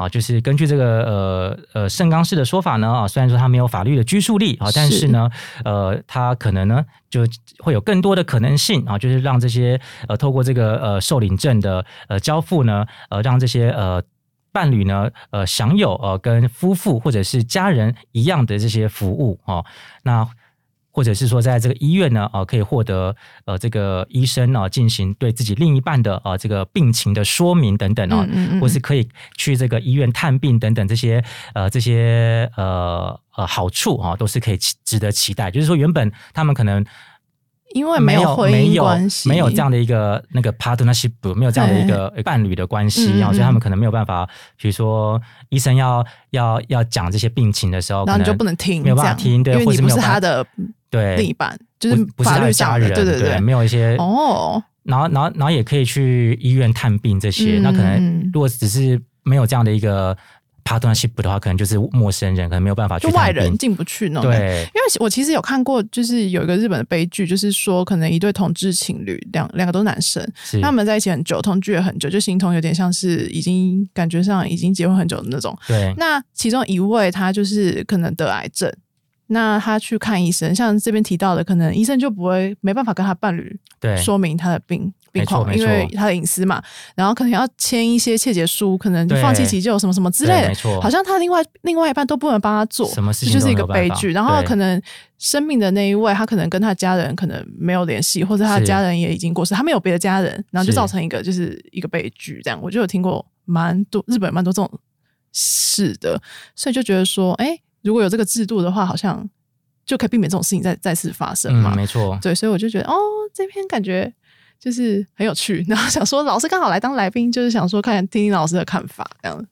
Speaker 2: 啊，就是根据这个呃呃盛冈市的说法呢，啊，虽然说它没有法律的拘束力啊，但
Speaker 1: 是
Speaker 2: 是呢，呃，它可能呢就会有更多的可能性啊，就是让这些呃透过这个呃受领证的呃交付呢，呃让这些呃。伴侣呢，呃，享啊有呃跟夫妇或者是家人一样的这些服务哦。那或者是说在这个医院呢，啊，可以获得呃这个医生啊进行对自己另一半的啊这个病情的说明等等啊，
Speaker 1: 嗯嗯嗯
Speaker 2: 或是可以去这个医院探病等等这些呃这些呃呃好处啊，都是可以期值得期待。就是说，原本他们可能
Speaker 1: 因为
Speaker 2: 没
Speaker 1: 有婚
Speaker 2: 没
Speaker 1: 姻
Speaker 2: 有
Speaker 1: 关系，
Speaker 2: 没有这样的一个那个 partnership，没有这样的一个伴侣的关系啊，
Speaker 1: 嗯嗯
Speaker 2: 所以他们可能没有办法，比如说医生要要要讲这些病情的时候，
Speaker 1: 然后你就
Speaker 2: 可
Speaker 1: 不能听，
Speaker 2: 没有办法
Speaker 1: 这样
Speaker 2: 听对
Speaker 1: 因为
Speaker 2: 或
Speaker 1: 你
Speaker 2: 是
Speaker 1: 不
Speaker 2: 没有
Speaker 1: 是
Speaker 2: 办法
Speaker 1: 他的另一
Speaker 2: 对。
Speaker 1: 半，就
Speaker 2: 不
Speaker 1: 是
Speaker 2: 不是
Speaker 1: 法
Speaker 2: 他
Speaker 1: 律
Speaker 2: 的
Speaker 1: 上
Speaker 2: 家人，
Speaker 1: 对对
Speaker 2: 没有一些
Speaker 1: 哦，
Speaker 2: 然后，然后，然后也可以去医院探病这些。
Speaker 1: 嗯
Speaker 2: 那可能
Speaker 1: 嗯
Speaker 2: 如果只是没有这样的一个 partnership 的话，可能就是陌生人，可能没有办法去
Speaker 1: 就外
Speaker 2: 探
Speaker 1: 人
Speaker 2: 病。
Speaker 1: 进不去那种感觉。
Speaker 2: 对，
Speaker 1: 因为我其实有看过，就是有一个日本的悲剧，就是说可能一对同志情侣，两两个都是男生，
Speaker 2: 是
Speaker 1: 他们在一起很久，同居也很久，就形同有点像是已经感觉上已经结婚很久的那种。
Speaker 2: 对
Speaker 1: 那其中一位他就是可能得癌症，那他去看医生，像这边提到的，可能医生就不会没办法跟他伴侣
Speaker 2: 对
Speaker 1: 说明他的病病
Speaker 2: 没错
Speaker 1: 况，
Speaker 2: 没
Speaker 1: 因
Speaker 2: 错
Speaker 1: 为他的隐私嘛，然后可能要签一些切结书，可能
Speaker 2: 对
Speaker 1: 放弃急救什么什么之类
Speaker 2: 对
Speaker 1: 的
Speaker 2: 没，错，
Speaker 1: 好像他另外另外一半都不能帮他做，
Speaker 2: 什么事情
Speaker 1: 这就
Speaker 2: 都
Speaker 1: 是一个
Speaker 2: 没有办
Speaker 1: 悲
Speaker 2: 法
Speaker 1: 剧。然后
Speaker 2: 对
Speaker 1: 可能生病的那一位，他可能跟他家人可能没有联系，或者他
Speaker 2: 是
Speaker 1: 家人也已经过世，他没有别的家人，然后就是造成一个就是一个悲剧。这样，我就有听过蛮多日本蛮多这种事的，所以就觉得说，哎、如果有这个制度的话，好像就可以避免这种事情再再次发生嘛。
Speaker 2: 嗯，没错，
Speaker 1: 对，所以我就觉得哦，这篇感觉。就是很有趣， 然后想说老师刚好来当来宾，就是想说看听听老师的看法这样。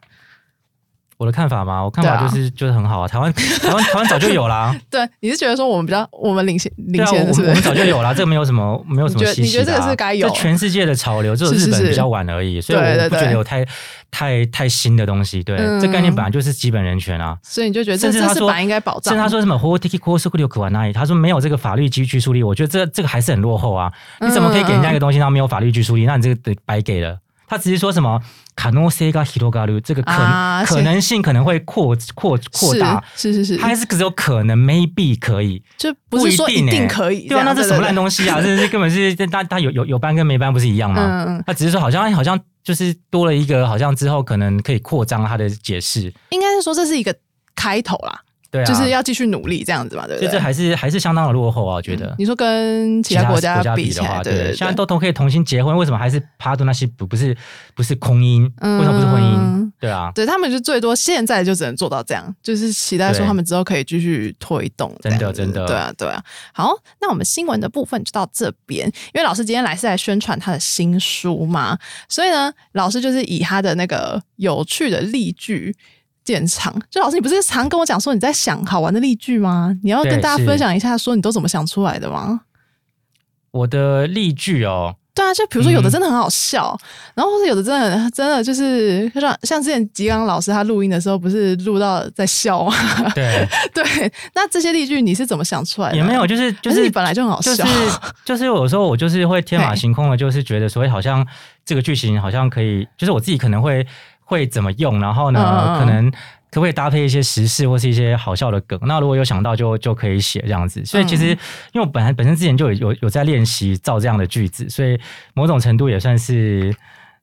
Speaker 2: 我的看法嘛，我看
Speaker 1: 对
Speaker 2: 法
Speaker 1: 啊
Speaker 2: 就是、就是很好啊，台湾 台湾台湾早就有 啦，
Speaker 1: 对，啊你是觉得说我们比较我们领先
Speaker 2: 对
Speaker 1: 领
Speaker 2: 啊，我
Speaker 1: 先
Speaker 2: 们
Speaker 1: 是不是？
Speaker 2: 我们早就有啦，这个没有什么没有什么
Speaker 1: 你觉得
Speaker 2: 稀奇的、啊。
Speaker 1: 你觉得这个是该有
Speaker 2: 这全世界的潮流，只有
Speaker 1: 是是
Speaker 2: 日本
Speaker 1: 是
Speaker 2: 比较晚而已，所以
Speaker 1: 对
Speaker 2: 我
Speaker 1: 对
Speaker 2: 不觉得
Speaker 1: 对
Speaker 2: 有太太太新的东西。对，
Speaker 1: 嗯
Speaker 2: 这概念本来就是基本人权啊。
Speaker 1: 所以你就觉得这
Speaker 2: 甚至
Speaker 1: 这
Speaker 2: 他
Speaker 1: 是
Speaker 2: 说
Speaker 1: 本来应该保
Speaker 2: 甚
Speaker 1: 障。
Speaker 2: 至他说什么 h o t i k i k o s u k u r i k w a n a i 他说没有这个法律基据树立，我觉得这这个还是很落后啊！你怎么可以给人家一个东西，然后没有法律基树立？那你这个得白给了。他只是说什么卡诺塞嘎 h i r o g a r u 这个可、
Speaker 1: 啊
Speaker 2: 可能性可能会扩扩扩大，
Speaker 1: 是是是
Speaker 2: 他还
Speaker 1: 是，
Speaker 2: 是只有可能 maybe 可以，
Speaker 1: 就不
Speaker 2: 不
Speaker 1: 是说
Speaker 2: 一定欸
Speaker 1: 可以。
Speaker 2: 对啊，那这什么烂
Speaker 1: 西？
Speaker 2: 东西啊？这这根本是这他他有有有班跟没班不是一样
Speaker 1: 对
Speaker 2: 吗？
Speaker 1: 嗯，嗯
Speaker 2: 他只是说好像好像就是多了一个，好像之后可能可以扩张他的解释。
Speaker 1: 应该是说这是一个开头啦，
Speaker 2: 对啊，
Speaker 1: 就是要继续努力这样子嘛，对不
Speaker 2: 所以
Speaker 1: 对？
Speaker 2: 这还是还是相当的落后啊，我觉得。
Speaker 1: 你说跟其他国家比
Speaker 2: 比
Speaker 1: 起
Speaker 2: 的
Speaker 1: 来，
Speaker 2: 话，
Speaker 1: 对对，
Speaker 2: 现在都同可以同心结婚，为什么还是帕杜那些不不是不是空音？
Speaker 1: 嗯
Speaker 2: 为什么不是婚姻？对啊，
Speaker 1: 对他们就最多现在就只能做到这样，就是期待说
Speaker 2: 对
Speaker 1: 他们之后可以继续推动这样子。
Speaker 2: 真的真的
Speaker 1: 对啊，对啊。好，那我们新闻的部分就到这边，因为老师今天来是来宣传他的新书嘛，所以呢，老师就是以他的那个有趣的例句。见长，就老师，你不是常跟我讲说你在想好玩的例句吗？你要跟
Speaker 2: 对
Speaker 1: 大家
Speaker 2: 是
Speaker 1: 分享一下，说你都怎么想出来的吗？
Speaker 2: 我的例句哦，
Speaker 1: 对啊，就比如说有的
Speaker 2: 嗯
Speaker 1: 真的很好笑，然后或者有的真的很真的就是像像之前吉冈老师他录音的时候，不是录到在笑吗？
Speaker 2: 对，
Speaker 1: 对，那这些例句你是怎么想出来的？
Speaker 2: 也没有，就是就
Speaker 1: 还啊是
Speaker 2: 是
Speaker 1: 你本来就很好
Speaker 2: 就
Speaker 1: 笑
Speaker 2: 是，就是有时候我就是会天马行空的，就是觉得所以好像这个剧情好像可以，就是我自己可能会会怎么用，然后
Speaker 1: 嗯嗯嗯
Speaker 2: 呢，可能可不可以搭配一些时事或是一些好笑的梗？那如果有想到就就可以写这样子。所以其
Speaker 1: 嗯
Speaker 2: 实因为我本来本身之前就有有有在练习造这样的句子，所以某种程度也算是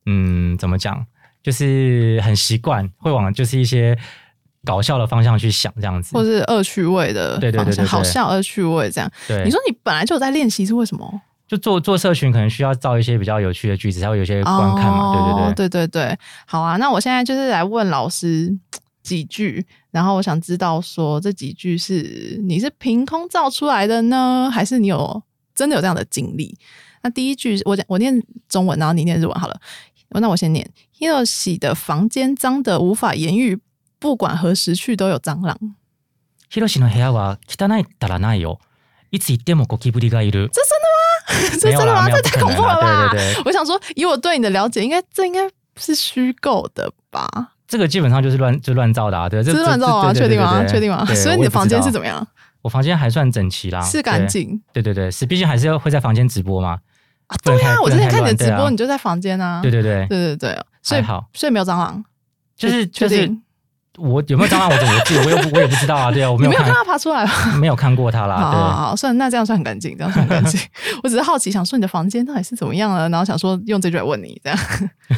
Speaker 2: 嗯怎么讲，就是很习惯会往就是一些搞笑的方向去想这样子。
Speaker 1: 或是恶趣味的
Speaker 2: 对对
Speaker 1: 方
Speaker 2: 对
Speaker 1: 向，
Speaker 2: 对对
Speaker 1: 好笑恶趣味这样。
Speaker 2: 对，
Speaker 1: 你说你本来就有在练习，是为什么？
Speaker 2: 就做做社群可能需要造一些比较有趣的句子，才会有一些观看嘛，对对
Speaker 1: 哦
Speaker 2: 对。
Speaker 1: 对对对好啊，那我现在就是来问老师几句，然后我想知道说这几句是你是凭空造出来的呢，还是你有真的有这样的经历？那第一句我讲我念中文，然后你念日文好了。那我先念 Hiroshi 的房间脏的无法言喻，不管何时去都有蟑螂。
Speaker 2: ヒロシの部屋は汚いったらないよ。いつ行ってもゴキブリが いる。
Speaker 1: 这真的吗？
Speaker 2: 没有
Speaker 1: 这
Speaker 2: 啦
Speaker 1: 太恐怖了吧！
Speaker 2: 没有不可能啊对对对
Speaker 1: 我想说，以我对你的了解，应该这应该是虚构的吧？
Speaker 2: 这个基本上就是乱就乱造的、啊，对，这
Speaker 1: 这是乱造吗？确
Speaker 2: 这对对
Speaker 1: 定吗？
Speaker 2: 对对
Speaker 1: 确定吗？
Speaker 2: 对
Speaker 1: 所以你的房间是怎
Speaker 2: 我也不知道
Speaker 1: 么样？
Speaker 2: 我房间还算整齐啦，
Speaker 1: 是干净
Speaker 2: 对。对对对，是，毕竟还是要会在房间直播嘛。
Speaker 1: 啊？
Speaker 2: 不
Speaker 1: 对
Speaker 2: 能
Speaker 1: 啊，
Speaker 2: 太
Speaker 1: 我之前看你的
Speaker 2: 不能
Speaker 1: 直
Speaker 2: 太乱对
Speaker 1: 播，
Speaker 2: 啊
Speaker 1: 你就在房间啊。
Speaker 2: 对对对，
Speaker 1: 对对对，所以
Speaker 2: 还好
Speaker 1: 所以没有蟑螂，
Speaker 2: 就是
Speaker 1: 确
Speaker 2: 就是
Speaker 1: 定
Speaker 2: 我有没有蟑螂我怎么我自己我也不我也不知道啊，对啊，我没
Speaker 1: 你
Speaker 2: 有
Speaker 1: 没有
Speaker 2: 看
Speaker 1: 看它哦爬出来吗？
Speaker 2: 没有看过它
Speaker 1: 好好
Speaker 2: 啦，
Speaker 1: 好，算那这样算很干净，这样算很干净。我只是好奇，想说你的房间到底是怎么样了，然后想说用这句来问你这样。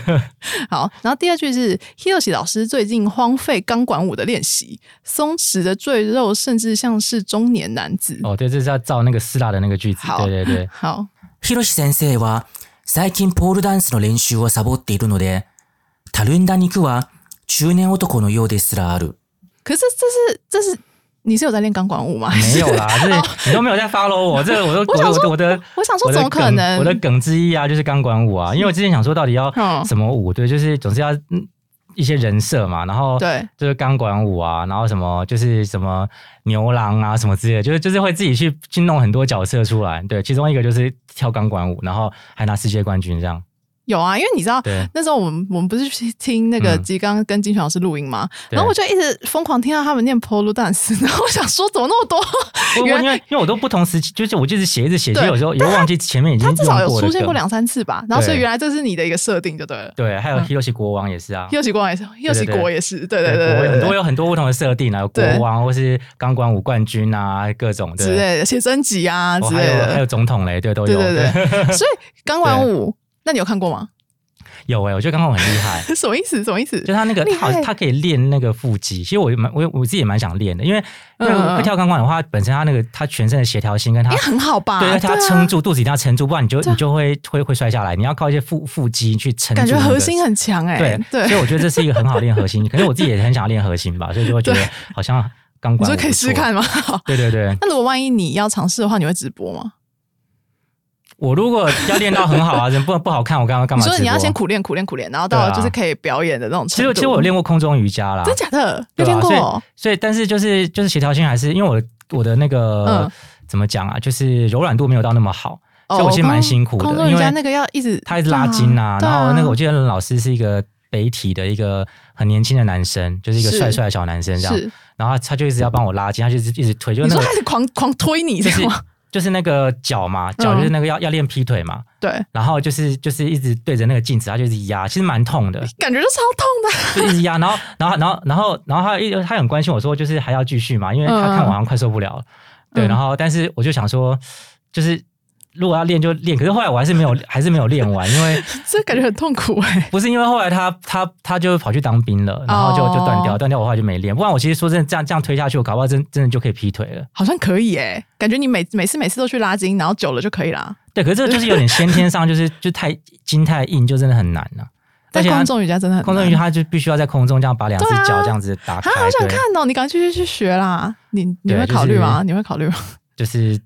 Speaker 1: 好，然后第二句是 Hiroshi 老师最近荒废钢管舞的练习，松弛的赘肉甚至像是中年男子。
Speaker 2: 对，哦对，这是要照那个希腊的那个句子，
Speaker 1: 好
Speaker 2: 对对对，
Speaker 1: 好，
Speaker 3: ヒロシ先生は最近ポールダンスの練習をサボっているので、たるんだ肉は中年男のようですらある。
Speaker 1: 可是这是这是你是有在练钢管舞吗？
Speaker 2: 没有 啦，这你都没有在 follow 我，这我都
Speaker 1: 我想
Speaker 2: 我
Speaker 1: 说
Speaker 2: 的我的
Speaker 1: 我想说
Speaker 2: 我的
Speaker 1: 怎么可
Speaker 2: 梗
Speaker 1: 能
Speaker 2: 我的梗之一啊，就是钢管舞啊，因为我之前想说到底要
Speaker 1: 嗯
Speaker 2: 什么舞，对，就是总是要嗯一些人设嘛，然后
Speaker 1: 对
Speaker 2: 就是钢管舞啊，然后什么就是什么牛郎啊什么之类的，就是就是会自己去去弄很多角色出来，对，其中一个就是跳钢管舞，然后还拿世界冠军这样，
Speaker 1: 有啊，因为你知道
Speaker 2: 对
Speaker 1: 那时候我们我们不是去听那个
Speaker 2: 嗯
Speaker 1: 吉刚跟金泉老师录音吗？
Speaker 2: 对
Speaker 1: 然后我就一直疯狂听到他们念 polo dance，然后我想说怎么那 么多？
Speaker 2: 我我
Speaker 1: 原来
Speaker 2: 因为因为我都不同时期，就是我就是写一直写，
Speaker 1: 对
Speaker 2: 就有时候也会忘记前面已经
Speaker 1: 他至少有
Speaker 2: 用的
Speaker 1: 出现过
Speaker 2: 梗
Speaker 1: 两三次吧，然后所以
Speaker 2: 对
Speaker 1: 原来这是你的一个设定就对了。
Speaker 2: 对，还有
Speaker 1: 嗯
Speaker 2: Hiroshi 国王也是啊。
Speaker 1: 又喜国也是，又喜国也是，对对
Speaker 2: 国
Speaker 1: 对对
Speaker 2: 有很
Speaker 1: 对
Speaker 2: 多
Speaker 1: 对，
Speaker 2: 有很多不同的设定啊，有国
Speaker 1: 对
Speaker 2: 王或是钢管舞冠军啊，各种
Speaker 1: 之
Speaker 2: 对。
Speaker 1: 类的写真集啊
Speaker 2: 哦，
Speaker 1: 之
Speaker 2: 还
Speaker 1: 类
Speaker 2: 有还有
Speaker 1: 的，
Speaker 2: 总统嘞，对 都
Speaker 1: 对
Speaker 2: 有，
Speaker 1: 对对。所以钢管舞，那你有看过吗？。
Speaker 2: 有哎，我觉得钢管很厉害
Speaker 1: 什么意思？什么意思？
Speaker 2: 就他那个
Speaker 1: 厉，
Speaker 2: 好
Speaker 1: 害，
Speaker 2: 他可以练那个腹肌。其实我也蛮，我也我自己也蛮想练的，因为因为
Speaker 1: 嗯嗯
Speaker 2: 会跳钢管的话，本身他那个他全身的协调性跟他
Speaker 1: 也很好吧？
Speaker 2: 对，
Speaker 1: 对，啊
Speaker 2: 他要撑，住肚子一定要撑住，不然你就你就会会会摔下来。你要靠一些腹腹肌去撑住
Speaker 1: 感
Speaker 2: 那个，
Speaker 1: 觉核心很强哎
Speaker 2: 对，
Speaker 1: 对
Speaker 2: 所。以我觉得这是一个很好练核 心。可是我自己也很想练核心吧，所以就会觉得好像钢
Speaker 1: 你
Speaker 2: 管
Speaker 1: 说
Speaker 2: 舞
Speaker 1: 可以
Speaker 2: 不
Speaker 1: 试
Speaker 2: 错
Speaker 1: 试。看吗？好
Speaker 2: 对对对，
Speaker 1: 那如果万一你要尝试的话，你会直播吗？
Speaker 2: 我如果要练到很好啊，人不 不好看，我干嘛干
Speaker 1: 你
Speaker 2: 嘛？
Speaker 1: 说你要先。苦练苦练苦练，然后到
Speaker 2: 对啊
Speaker 1: 就是可以表演的那种程
Speaker 2: 其
Speaker 1: 度。
Speaker 2: 实其实我有练过空中瑜伽啦，
Speaker 1: 真假的有
Speaker 2: 对
Speaker 1: 练
Speaker 2: 啊，
Speaker 1: 过
Speaker 2: 所以
Speaker 1: 哦，
Speaker 2: 所以但是就是就是协调性还是因为我的我的那个、
Speaker 1: 嗯
Speaker 2: 怎么讲啊，就是柔软度没有到那么好，
Speaker 1: 哦
Speaker 2: 所以我其实蛮辛苦
Speaker 1: 空
Speaker 2: 的，
Speaker 1: 中瑜
Speaker 2: 因
Speaker 1: 伽
Speaker 2: 为
Speaker 1: 那个要一直
Speaker 2: 他一直拉筋啊，
Speaker 1: 对
Speaker 2: 然后那个我
Speaker 1: 对
Speaker 2: 记得老师是一个北体的一个很年轻的男生，就是一个
Speaker 1: 是
Speaker 2: 帅帅的小男生这
Speaker 1: 啊
Speaker 2: 样，
Speaker 1: 是
Speaker 2: 然后他就一直要帮我拉筋，他就一直一直推，就
Speaker 1: 你
Speaker 2: 那
Speaker 1: 说
Speaker 2: 个
Speaker 1: 他是狂狂推嗯你
Speaker 2: 就
Speaker 1: 这样
Speaker 2: 是
Speaker 1: 吗？
Speaker 2: 就是那个脚嘛，脚就是那个要、要练劈腿嘛，
Speaker 1: 对，
Speaker 2: 然后就是就是一直对着那个镜子，他就一直压，其实蛮痛的，
Speaker 1: 感觉就超痛的。
Speaker 2: 就一直压。然后 然后然后然后然后他一他很关心我说，就是还要继续嘛，因为他
Speaker 1: 嗯
Speaker 2: 看我好像快受不了了。对，
Speaker 1: 嗯
Speaker 2: 然后但是我就想说，就是如果要练就练，可是后来我还是没有 还是没有练完，因为
Speaker 1: 这感觉很痛苦哎、
Speaker 2: 不是因为后来他他他就跑去当兵了，然后就就断掉，
Speaker 1: 哦
Speaker 2: 断掉我后来就没练。不然我其实说真的，这样这样推下去，我搞不好真真的就可以劈腿了。
Speaker 1: 好像可以哎、感觉你每每次每次都去拉筋，然后久了就可以啦。
Speaker 2: 对，可是这个就是有点先天上，就是 就太筋太硬，就真的很难了、而
Speaker 1: 但
Speaker 2: 且他
Speaker 1: 空中瑜伽真的很
Speaker 2: 空中
Speaker 1: 难
Speaker 2: 瑜伽，他就必须要在空中这样把两只
Speaker 1: 对啊
Speaker 2: 脚这样子打开，
Speaker 1: 啊，好想
Speaker 2: 对
Speaker 1: 看哦！你赶快去去去学啦！你你
Speaker 2: 对
Speaker 1: 会考虑
Speaker 2: 就
Speaker 1: 吗？
Speaker 2: 是
Speaker 1: 你会考虑吗？
Speaker 2: 就是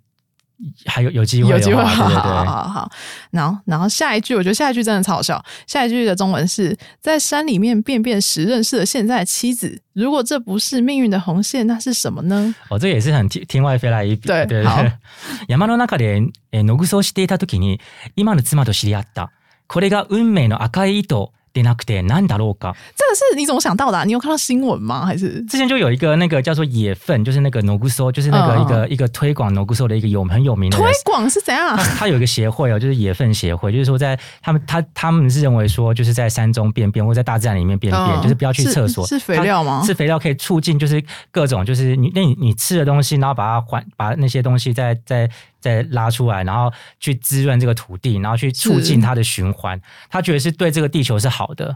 Speaker 2: 还有有机会
Speaker 1: 有
Speaker 2: 的
Speaker 1: 机会，
Speaker 2: 话
Speaker 1: 好
Speaker 2: 对
Speaker 1: 好
Speaker 2: 对
Speaker 1: 好
Speaker 2: 对。
Speaker 1: 好好。然后，然后下一句，我觉得下一句真的超好笑。下一句的中文是在山里面便便时认识了现在的妻子。如果这不是命运的红线，那是什么呢？
Speaker 2: 哦，这个也是很天天外飞来一笔。
Speaker 1: 对
Speaker 2: 对
Speaker 1: 好
Speaker 2: 对。 山の中でえー野草をしていた時に今の妻と知り合った。これが運命の赤い糸でなくて何だろうか。
Speaker 1: 这个是你怎么想到的啊、你有看到新闻吗？还是
Speaker 2: 之前就有一个那个叫做野粪，就是那个野草，就是那个
Speaker 1: 嗯
Speaker 2: 一个、一个推广野草的一个有很有名的
Speaker 1: 推
Speaker 2: 人
Speaker 1: 广是怎样
Speaker 2: 他？他有一个协会哦，就是野粪协会，就是说在他们他他们是认为说，就是在山中便便或者在大自然里面便便，
Speaker 1: 嗯
Speaker 2: 就是不要去厕所。
Speaker 1: 是是肥料吗
Speaker 2: 它吃肥料可以促进就是各种就是你那你你吃的东西，然后把它还把那些东西再再再拉出来，然后去滋润这个土地，然后去促进它的循环。他觉得是对这个地球是好的。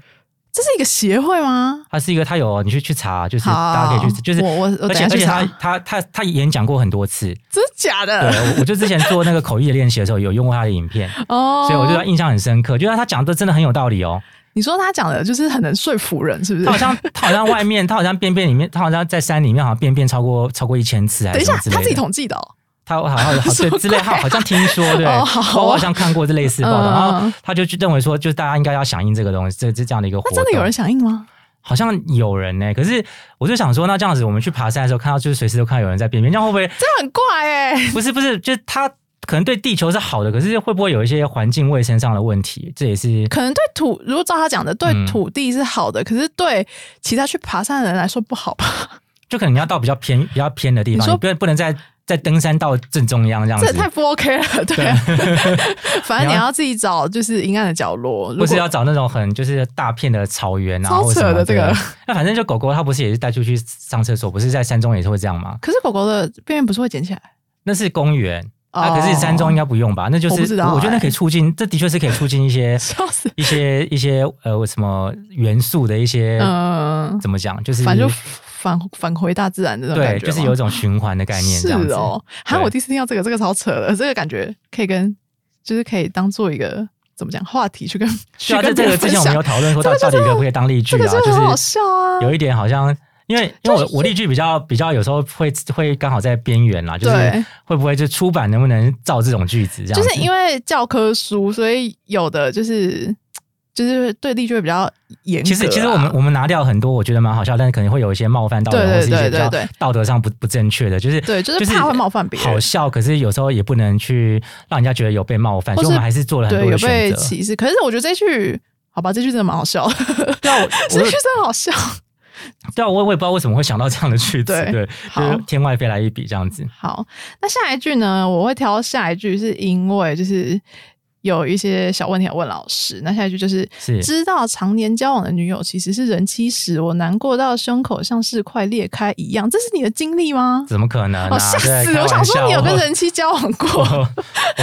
Speaker 1: 这是一个协会吗？
Speaker 2: 它是一个，它有你去去查，就是
Speaker 1: 好
Speaker 2: 大家可以去，就是
Speaker 1: 我我我
Speaker 2: 而且
Speaker 1: 等下
Speaker 2: 而
Speaker 1: 去
Speaker 2: 且
Speaker 1: 查呃
Speaker 2: 他他他他演讲过很多次，
Speaker 1: 真的假
Speaker 2: 对
Speaker 1: 的？
Speaker 2: 我我就之前做那个口译的练习的时候有用过他的影片，
Speaker 1: 哦，
Speaker 2: 所以我对他印象很深刻，就是他讲的真的很有道理哦。
Speaker 1: 你说他讲的就是很能说服人，是不是
Speaker 2: 他？好像他好像外面，他好像便便里面，他好像在山里面好像便便超过超过一千次还
Speaker 1: 等一
Speaker 2: 是什
Speaker 1: 下
Speaker 2: 么，之类
Speaker 1: 他
Speaker 2: 的。
Speaker 1: 自己统计的、哦，
Speaker 2: 他好像 好
Speaker 1: 什
Speaker 2: 对
Speaker 1: 么
Speaker 2: 之类，
Speaker 1: 鬼啊
Speaker 2: 好好像听说对，
Speaker 1: 哦好啊
Speaker 2: 我好像看过这类似的报道，
Speaker 1: 嗯
Speaker 2: 然后他就去认为说，就是大家应该要响应这个东西，这这这样的一个活
Speaker 1: 那
Speaker 2: 动。
Speaker 1: 真的有人响应吗？
Speaker 2: 好像有人呢、可是我就想说，那这样子我们去爬山的时候，看到就是随时都看到有人在便便，这样会不会
Speaker 1: 这样很怪哎、
Speaker 2: 不是不是，就是他可能对地球是好的，可是会不会有一些环境卫生上的问题？这也是
Speaker 1: 可能对土，如果照他讲的，对
Speaker 2: 嗯
Speaker 1: 土地是好的，可是对其他去爬山的人来说不好吧？
Speaker 2: 就可能你要到比较偏比较偏的地
Speaker 1: 你
Speaker 2: 方，
Speaker 1: 说
Speaker 2: 你不能不能在在登山道正中央这样
Speaker 1: 这也
Speaker 2: 子，
Speaker 1: 太不 OK 了，对啊。 反正你要自己找，就是阴暗的角落。如
Speaker 2: 不
Speaker 1: 果
Speaker 2: 是要找那种很就是大片的草原啊，
Speaker 1: 超
Speaker 2: 或
Speaker 1: 扯
Speaker 2: 什么
Speaker 1: 的这个
Speaker 2: 对。那反正就狗狗它不是也是带出去上厕所，不是在山中也是会这样吗？
Speaker 1: 可是狗狗的便便不是会捡起来？
Speaker 2: 那是公园。啊，
Speaker 1: 哦
Speaker 2: 可是山中应该不用吧？那就
Speaker 1: 我不
Speaker 2: 是
Speaker 1: 知道哎
Speaker 2: 我觉得那可以促进，这的确是可以促进 一些
Speaker 1: 笑死。
Speaker 2: 一些一些呃什么元素的一些、
Speaker 1: 嗯，
Speaker 2: 怎么讲，就是
Speaker 1: 反正就返返回大自然的那种
Speaker 2: 对，
Speaker 1: 感觉
Speaker 2: 就
Speaker 1: 吗，
Speaker 2: 是有一种循环的概念这样子。
Speaker 1: 是哦，还有
Speaker 2: 对
Speaker 1: 我第一次听到这个，这个超扯的，这个感觉可以跟就是可以当做一个怎么讲话题去跟去
Speaker 2: 对啊，这
Speaker 1: 跟别
Speaker 2: 这个
Speaker 1: 人
Speaker 2: 之
Speaker 1: 分
Speaker 2: 前我
Speaker 1: 享
Speaker 2: 们有。讨论过，到到底可不可以当例句
Speaker 1: 这个
Speaker 2: 啊？
Speaker 1: 真的很好
Speaker 2: 就是
Speaker 1: 笑啊！
Speaker 2: 有一点好像，因为因为我我例句比较比较有时候会会刚好在边缘啦，就是
Speaker 1: 对
Speaker 2: 会不会就出版能不能造这种句子这样
Speaker 1: 就
Speaker 2: 子？
Speaker 1: 是因为教科书，所以有的就是就是对例就会比较严格啊、
Speaker 2: 其实，其实我们我们拿掉很多，我觉得蛮好笑，但是可能会有一些冒犯到人，
Speaker 1: 对
Speaker 2: 或是一些
Speaker 1: 对
Speaker 2: 比
Speaker 1: 对
Speaker 2: 较
Speaker 1: 对
Speaker 2: 道德上不不正确的，就是
Speaker 1: 对就是怕会冒犯别人
Speaker 2: 好笑，可是有时候也不能去让人家觉得有被冒犯，
Speaker 1: 或
Speaker 2: 所
Speaker 1: 是
Speaker 2: 以我们还是做了很
Speaker 1: 对有
Speaker 2: 多的选
Speaker 1: 被
Speaker 2: 择。
Speaker 1: 歧视。可是我觉得这句好吧，这句真的蛮好笑的，
Speaker 2: 对啊，我
Speaker 1: 这句
Speaker 2: 我
Speaker 1: 真的好笑。
Speaker 2: 对啊，我我也不知道为什么会想到这样的句子，
Speaker 1: 对
Speaker 2: 对，就
Speaker 1: 好
Speaker 2: 是天外飞来一笔这样子。
Speaker 1: 好，那下一句呢？我会挑下一句，是因为就是有一些小问题要问老师。那下一句就是
Speaker 2: 是
Speaker 1: 知道常年交往的女友其实是人妻时，我难过到胸口像是快裂开一样。这是你的经历吗？
Speaker 2: 怎么可能、啊？
Speaker 1: 哦，吓
Speaker 2: 对
Speaker 1: 死了！我
Speaker 2: 开玩
Speaker 1: 想说
Speaker 2: 笑
Speaker 1: 你有跟
Speaker 2: 我
Speaker 1: 人妻交往过。
Speaker 2: 我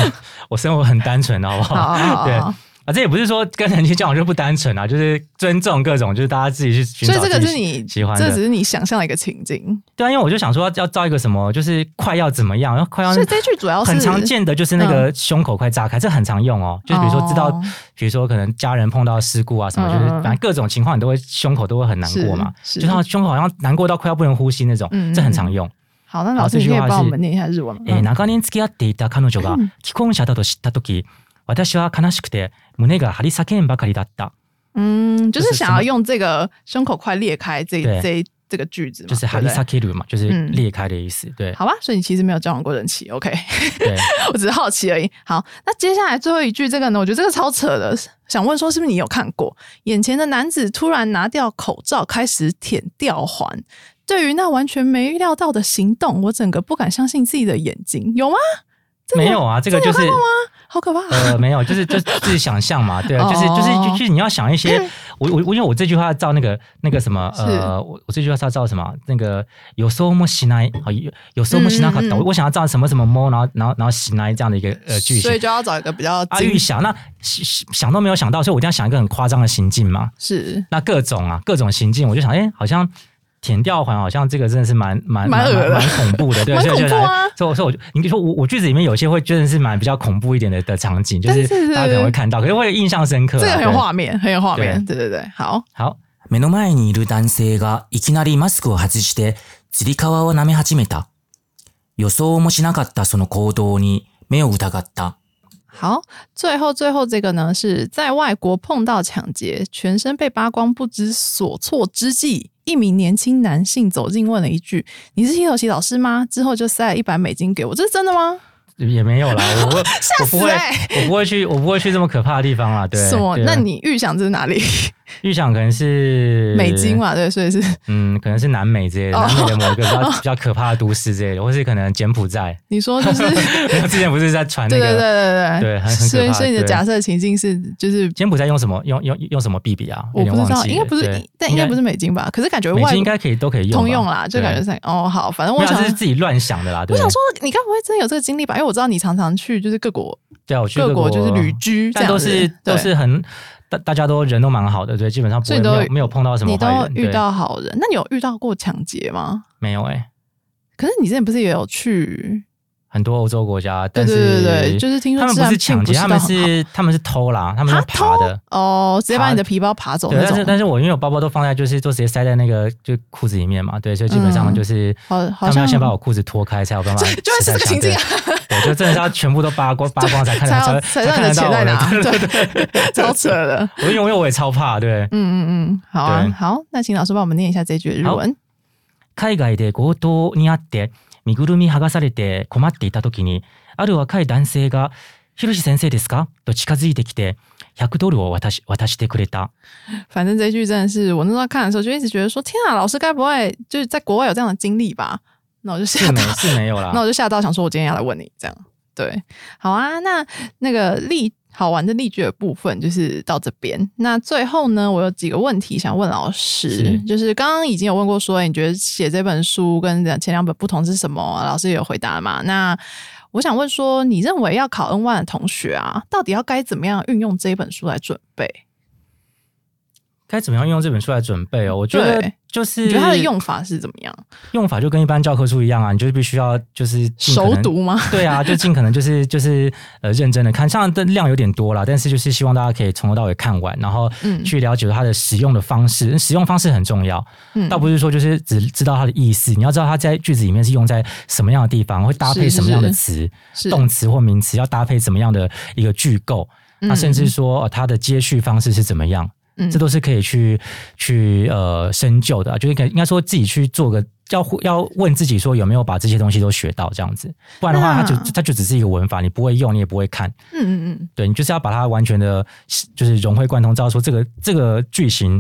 Speaker 2: 我我生活很单纯，好不 好？
Speaker 1: 好好好
Speaker 2: 对
Speaker 1: 好
Speaker 2: 啊，这也不是说跟人家交往就不单纯啊，就是尊重各种，就是大家自己去寻
Speaker 1: 所以
Speaker 2: 找
Speaker 1: 这
Speaker 2: 自
Speaker 1: 个
Speaker 2: 己
Speaker 1: 是你，
Speaker 2: 喜欢
Speaker 1: 这
Speaker 2: 的
Speaker 1: 只。是你想象的一个情境。
Speaker 2: 对啊，因为我就想说要造一个什么，就是快要怎么样，然后快要
Speaker 1: 所以这句主要是嗯
Speaker 2: 很常见的就是那个胸口快炸开，这很常用哦。就是比如说知道，
Speaker 1: 哦
Speaker 2: 比如说可能家人碰到事故啊什么，
Speaker 1: 嗯
Speaker 2: 就是
Speaker 1: 嗯嗯
Speaker 2: 反正各种情况你都会胸口都会很难过嘛，
Speaker 1: 是
Speaker 2: 就是像胸口好像难过到快要不能呼吸那种，
Speaker 1: 嗯嗯
Speaker 2: 这很常用。
Speaker 1: 好，那
Speaker 2: 好
Speaker 1: 老师
Speaker 2: 这
Speaker 1: 你
Speaker 2: 句
Speaker 1: 可以
Speaker 2: 话
Speaker 1: 帮我
Speaker 2: 是
Speaker 1: 们念一下日文吗？
Speaker 2: えー長年付き合っていた彼女が既婚者だと知った時私は悲しくて胸が張り裂けんばかりだった。
Speaker 1: 嗯，就
Speaker 2: 就是是
Speaker 1: 想
Speaker 2: 什
Speaker 1: 要
Speaker 2: 么
Speaker 1: 用这个胸口快裂开这
Speaker 2: 对
Speaker 1: 这这个句子嘛，
Speaker 2: 就是
Speaker 1: 对
Speaker 2: 張
Speaker 1: 不
Speaker 2: り
Speaker 1: 对
Speaker 2: 裂ける嘛，就是
Speaker 1: 嗯
Speaker 2: 裂开的意思。对
Speaker 1: 好吧，所以你其实没有交往过人妻，OK？
Speaker 2: 对，
Speaker 1: 我只是好奇而已。好，那接下来最后一句这个呢，我觉得这个超扯的，想问说是不是你有看过？眼前的男子突然拿掉口罩，开始舔吊环。对于那完全没料到的行动，我整个不敢相信自己的眼睛，有吗？真的
Speaker 2: 没有啊，这个
Speaker 1: 真的
Speaker 2: 就
Speaker 1: 有
Speaker 2: 是
Speaker 1: 看过吗？好可怕！
Speaker 2: 呃，没有，就是就是自己想象嘛，对啊，就是
Speaker 1: 哦
Speaker 2: 就是就是你要想一些，我我我因为我这句话照那个那个什么呃，我我这句话照照什么那个有时候もしない，好有有时候もしなかっ
Speaker 1: 嗯嗯
Speaker 2: た，
Speaker 1: 嗯
Speaker 2: 我我想要照什么什么も，然后然后然后しない这样的一个呃句
Speaker 1: 所以
Speaker 2: 型。
Speaker 1: 就要找一个比较
Speaker 2: 啊，
Speaker 1: 精
Speaker 2: 预想那想想都没有想到，所以我一定要想一个很夸张的行径嘛。
Speaker 1: 是
Speaker 2: 那各种啊，各种行径，我就想，哎、好像舔吊环，好像这个真的是蛮蛮
Speaker 1: 蛮恶的
Speaker 2: 蛮恐怖的，对，
Speaker 1: 蛮
Speaker 2: 所以
Speaker 1: 恐
Speaker 2: 就
Speaker 1: 怖啊
Speaker 2: 来，所以我说我，你说我我句子里面有些会真的是蛮比较恐怖一点的的场景，就
Speaker 1: 但
Speaker 2: 是
Speaker 1: 是
Speaker 2: 大家可能会看到，可是会印象深刻、啊。
Speaker 1: 这个很有
Speaker 2: 对
Speaker 1: 画面，很有画面。对对对，好，
Speaker 2: 好，
Speaker 3: 目の前にいる男性がいきなりマスクを外して、つり革を舐め始めた。予想もしなかったその行動に目を疑った。
Speaker 1: 好，最后最后这个呢，是在外国碰到抢劫，全身被扒光，不知所措之际，一名年轻男性走近问了一句：“你是西头奇老师吗？”之后就塞了一百美金给我，这是真的吗？
Speaker 2: 也 没有啦，我不我不
Speaker 1: 吓死，
Speaker 2: 会
Speaker 1: 哎
Speaker 2: 我不会去，我不会去这么可怕的地方啦。对，
Speaker 1: 什么？
Speaker 2: 对啊
Speaker 1: 那你预想这是哪里？
Speaker 2: 预想可能是
Speaker 1: 美金，嘛，对，所以是
Speaker 2: 嗯，可能是南美之类的，
Speaker 1: 哦
Speaker 2: 南美的某一个比 较比较可怕的都市之类的，或是可能柬埔寨。
Speaker 1: 你说 就是
Speaker 2: 没有之前不是在传
Speaker 1: 对
Speaker 2: 那
Speaker 1: 对对对
Speaker 2: 个对很很可怕
Speaker 1: 所以所以你的
Speaker 2: 对
Speaker 1: 假设情境是就是
Speaker 2: 柬埔寨用什么用用用什么币币啊？
Speaker 1: 我不
Speaker 2: 有点
Speaker 1: 知道，
Speaker 2: 忘记
Speaker 1: 应该不
Speaker 2: 了
Speaker 1: 是
Speaker 2: 对，
Speaker 1: 但应该不是美金吧？可是感觉
Speaker 2: 美
Speaker 1: 外
Speaker 2: 金应该可以都可以用吧，
Speaker 1: 通用啦，就感觉
Speaker 2: 对
Speaker 1: 是哦好，反正
Speaker 2: 没
Speaker 1: 我
Speaker 2: 有啊
Speaker 1: 想
Speaker 2: 这是自己乱想的啦。对
Speaker 1: 我想说，你该不会真的有这个经历吧？因为我知道你常常去就是各国
Speaker 2: 对啊，我去
Speaker 1: 各国
Speaker 2: 国
Speaker 1: 就是旅，居这
Speaker 2: 但
Speaker 1: 样
Speaker 2: 都
Speaker 1: 子，
Speaker 2: 是
Speaker 1: 对
Speaker 2: 都是很大大家都人都蛮好的，对，基本上不
Speaker 1: 所
Speaker 2: 会
Speaker 1: 以
Speaker 2: 没
Speaker 1: 都
Speaker 2: 有没有碰到什么
Speaker 1: 你
Speaker 2: 坏
Speaker 1: 都
Speaker 2: 人，
Speaker 1: 遇
Speaker 2: 对
Speaker 1: 到好人。那你有遇到过抢劫吗？
Speaker 2: 没有哎，
Speaker 1: 可是你之前不是也有去？
Speaker 2: 很多欧洲国家，
Speaker 1: 对
Speaker 2: 但
Speaker 1: 对
Speaker 2: 是
Speaker 1: 对对就是听说
Speaker 2: 他们不
Speaker 1: 治安
Speaker 2: 是
Speaker 1: 并
Speaker 2: 抢劫，
Speaker 1: 不是
Speaker 2: 他们
Speaker 1: 到很
Speaker 2: 是他们是偷啦，他们
Speaker 1: 啊
Speaker 2: 是爬的。
Speaker 1: 哦，直接把
Speaker 2: 爬
Speaker 1: 你的皮包爬走
Speaker 2: 对，
Speaker 1: 那
Speaker 2: 但是
Speaker 1: 种，
Speaker 2: 但是我因为我包包都放在，就是都直接塞在那个就裤子里面嘛，对，所以基本上
Speaker 1: 嗯
Speaker 2: 就是、
Speaker 1: 好好
Speaker 2: 他们要
Speaker 1: 像
Speaker 2: 先把我裤子脱开，才有办法
Speaker 1: 就会是这个情境啊
Speaker 2: 对， 对，就真的是要全部都扒 光扒光才看
Speaker 1: 才
Speaker 2: 得
Speaker 1: 要
Speaker 2: 才
Speaker 1: 才
Speaker 2: 才
Speaker 1: 让你
Speaker 2: 看
Speaker 1: 的钱在哪？
Speaker 2: 得到我的。
Speaker 1: 对 对，对超扯的。
Speaker 2: 我因为我也超怕，对。
Speaker 1: 嗯嗯嗯，好啊
Speaker 2: 对
Speaker 1: 好，那请老师帮我们念一下这句日文。
Speaker 2: 海外で強盗にあって身ぐるみ剥がされて困っていた時にある若い男性が「ひろし先生ですか?」と近づいてきて100ドルを渡し渡してくれた。
Speaker 1: 反正这句真的是我那时候看的时候就一直觉得说，天啊，老师该不会就是在国外有这样的经历吧？那我就吓
Speaker 2: 是没
Speaker 1: 到，
Speaker 2: 是没有啦
Speaker 1: 那。我就吓到，想说我今天要来问你这样。对，好啊，那那个例好玩的例句的部分就是到这边。那最后呢，我有几个问题想问老师，
Speaker 2: 是
Speaker 1: 就是刚刚已经有问过说，哎你觉得写这本书跟前两本不同是什么？老师也有回答了嘛？那我想问说，你认为要考 N 1的同学啊，到底要该怎么样运用这本书来准备？
Speaker 2: 该怎么样用这本书来准备哦？我觉得
Speaker 1: 对
Speaker 2: 就是嗯
Speaker 1: 你觉得它的用法是怎么样？
Speaker 2: 用法就跟一般教科书一样啊，你就是必须要就是尽可能
Speaker 1: 熟读吗？
Speaker 2: 对啊，就尽可能就是就是呃认真的看，像的量有点多啦，但是就是希望大家可以从头到尾看完，然后
Speaker 1: 嗯
Speaker 2: 去了解它的使用的方式，使用方式很重要，
Speaker 1: 嗯
Speaker 2: 倒不是说就是只知道它的意思，你要知道它在句子里面是用在什么样的地方，会搭配
Speaker 1: 是是
Speaker 2: 什么样的
Speaker 1: 是
Speaker 2: 词，
Speaker 1: 是
Speaker 2: 动词或名词要搭配怎么样的一个句构，那甚至说、呃它的接续方式是怎么样，
Speaker 1: 嗯
Speaker 2: 这都是可以去去呃深究的啊、就是可以应该说自己去做个要要问自己说有没有把这些东西都学到这样子，不然的话
Speaker 1: 那
Speaker 2: 它就它就只是一个文法，你不会用，你也不会看，
Speaker 1: 嗯嗯嗯，
Speaker 2: 对你就是要把它完全的，就是融会贯通，知道说这个这个句型。